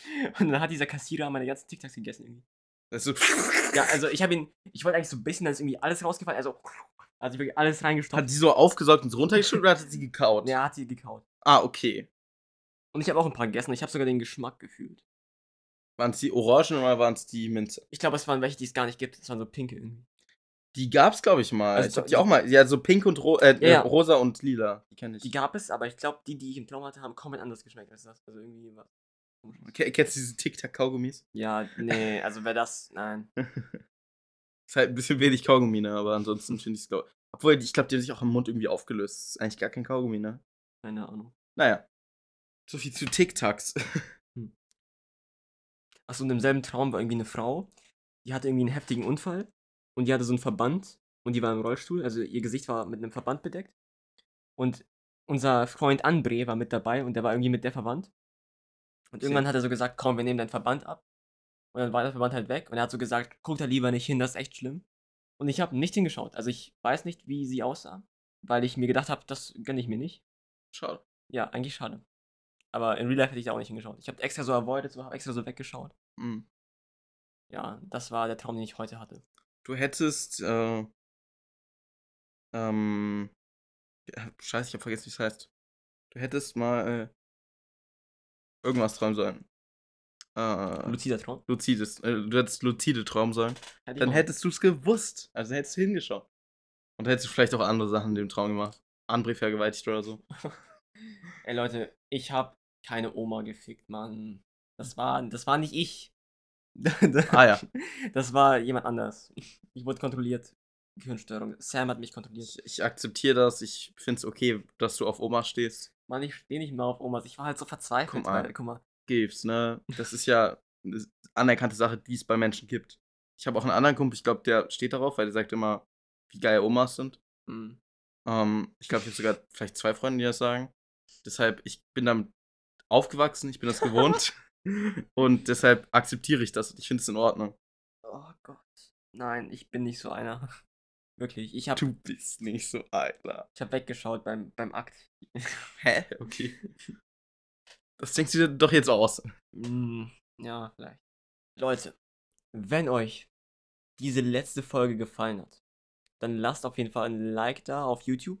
[SPEAKER 1] und dann hat dieser Kassierer meine ganzen Tic-Tacs gegessen irgendwie.
[SPEAKER 2] Das ist so-
[SPEAKER 1] Ja, also ich habe ihn, ich wollte eigentlich so ein bisschen, dann ist irgendwie alles rausgefallen, also, also ich wirklich alles
[SPEAKER 2] Hat
[SPEAKER 1] reingestopft.
[SPEAKER 2] sie so aufgesaugt und so runtergeschüttet oder hat sie gekaut?
[SPEAKER 1] Ja, hat sie gekaut.
[SPEAKER 2] Ah, okay.
[SPEAKER 1] Und ich habe auch ein paar gegessen, ich habe sogar den Geschmack gefühlt.
[SPEAKER 2] Waren es die Orangen oder waren es die Minze?
[SPEAKER 1] Ich glaube, es waren welche, die es gar nicht gibt, es waren so pinke irgendwie.
[SPEAKER 2] Die gab's, glaube ich, mal.
[SPEAKER 1] Also
[SPEAKER 2] ich
[SPEAKER 1] so-
[SPEAKER 2] hab die auch mal. Ja, so pink und ro äh,
[SPEAKER 1] Ja, ja.
[SPEAKER 2] äh, rosa und lila. Die kenne ich.
[SPEAKER 1] Die gab es, aber ich glaube, die, die ich im Traum hatte, haben komplett anders geschmeckt als das. Also irgendwie was.
[SPEAKER 2] Ke- Kennst du diese Tic-Tac-Kaugummis?
[SPEAKER 1] Ja, nee, also wer das. Nein.
[SPEAKER 2] Ist halt ein bisschen wenig Kaugummi, ne? Aber ansonsten finde ich es, glaube Obwohl, ich glaube, die haben sich auch im Mund irgendwie aufgelöst. Ist eigentlich gar kein Kaugummi, ne?
[SPEAKER 1] Keine Ahnung.
[SPEAKER 2] Naja. So viel zu Tic-Tacs.
[SPEAKER 1] Achso, und im selben Traum war irgendwie eine Frau, die hatte irgendwie einen heftigen Unfall und die hatte so einen Verband und die war im Rollstuhl, also ihr Gesicht war mit einem Verband bedeckt. Und unser Freund Andre war mit dabei und der war irgendwie mit der verwandt. Und
[SPEAKER 2] Okay.
[SPEAKER 1] irgendwann hat er so gesagt, komm, wir nehmen deinen Verband ab. Und dann war der Verband halt weg und er hat so gesagt, guck da lieber nicht hin, das ist echt schlimm. Und ich habe nicht hingeschaut. Also ich weiß nicht, wie sie aussah, weil ich mir gedacht habe, das gönne ich mir nicht.
[SPEAKER 2] Schade.
[SPEAKER 1] Ja, eigentlich schade. Aber in Real Life hätte ich da auch nicht hingeschaut. Ich habe extra so avoided, so, habe extra so weggeschaut.
[SPEAKER 2] Mm.
[SPEAKER 1] Ja, das war der Traum, den ich heute hatte.
[SPEAKER 2] Du hättest, äh, ähm, ja, scheiße, ich hab vergessen, wie es heißt. Du hättest mal, äh, irgendwas träumen sollen. Äh,
[SPEAKER 1] Lucider Traum.
[SPEAKER 2] luzides, äh, du hättest luzide träumen sollen.
[SPEAKER 1] Hätte ich
[SPEAKER 2] Dann
[SPEAKER 1] auch.
[SPEAKER 2] hättest du es gewusst. Also hättest du hingeschaut. Und dann hättest du vielleicht auch andere Sachen in dem Traum gemacht. André vergewaltigt oder so.
[SPEAKER 1] Ey Leute, ich hab keine Oma gefickt, Mann. Das war, das war nicht ich.
[SPEAKER 2] Ah ja.
[SPEAKER 1] Das war jemand anders. Ich wurde kontrolliert. Gehirnstörung. Sam hat mich kontrolliert.
[SPEAKER 2] Ich, ich akzeptiere das. Ich finde es okay, dass du auf Oma stehst.
[SPEAKER 1] Mann, ich stehe nicht mehr auf Omas. Ich war halt so verzweifelt.
[SPEAKER 2] Guck mal.
[SPEAKER 1] weil- guck mal.
[SPEAKER 2] Gibt's, ne? Das ist ja eine anerkannte Sache, die es bei Menschen gibt. Ich habe auch einen anderen Kumpel, ich glaube, der steht darauf, weil der sagt immer, wie geil Omas sind.
[SPEAKER 1] Hm.
[SPEAKER 2] Ähm, ich glaube, ich habe sogar vielleicht zwei Freunde, die das sagen. Deshalb, ich bin damit aufgewachsen, ich bin das gewohnt. und deshalb akzeptiere ich das. und Ich finde es in Ordnung.
[SPEAKER 1] Oh Gott. Nein, ich bin nicht so einer. Wirklich. Ich hab,
[SPEAKER 2] Du bist nicht so einer.
[SPEAKER 1] ich hab weggeschaut beim, beim Akt.
[SPEAKER 2] Hä? Okay. Das denkst du dir doch jetzt aus.
[SPEAKER 1] Mm, ja, vielleicht. Leute, wenn euch diese letzte Folge gefallen hat, dann lasst auf jeden Fall ein Like da auf YouTube.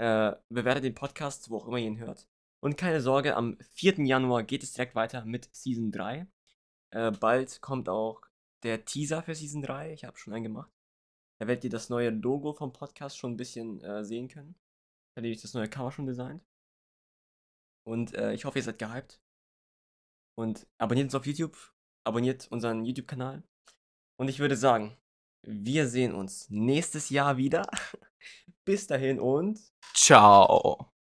[SPEAKER 1] Äh, bewertet den Podcast, wo auch immer ihr ihn hört. Und keine Sorge, am 4. Januar geht es direkt weiter mit Season 3. Äh, bald kommt auch der Teaser für Season 3. Ich habe schon einen gemacht. Da werdet ihr das neue Logo vom Podcast schon ein bisschen äh, sehen können. Da habe ich das neue Cover schon designt. Und äh, ich hoffe, ihr seid gehypt. Und abonniert uns auf YouTube, abonniert unseren YouTube-Kanal. Und ich würde sagen, wir sehen uns nächstes Jahr wieder. Bis dahin und
[SPEAKER 2] Ciao.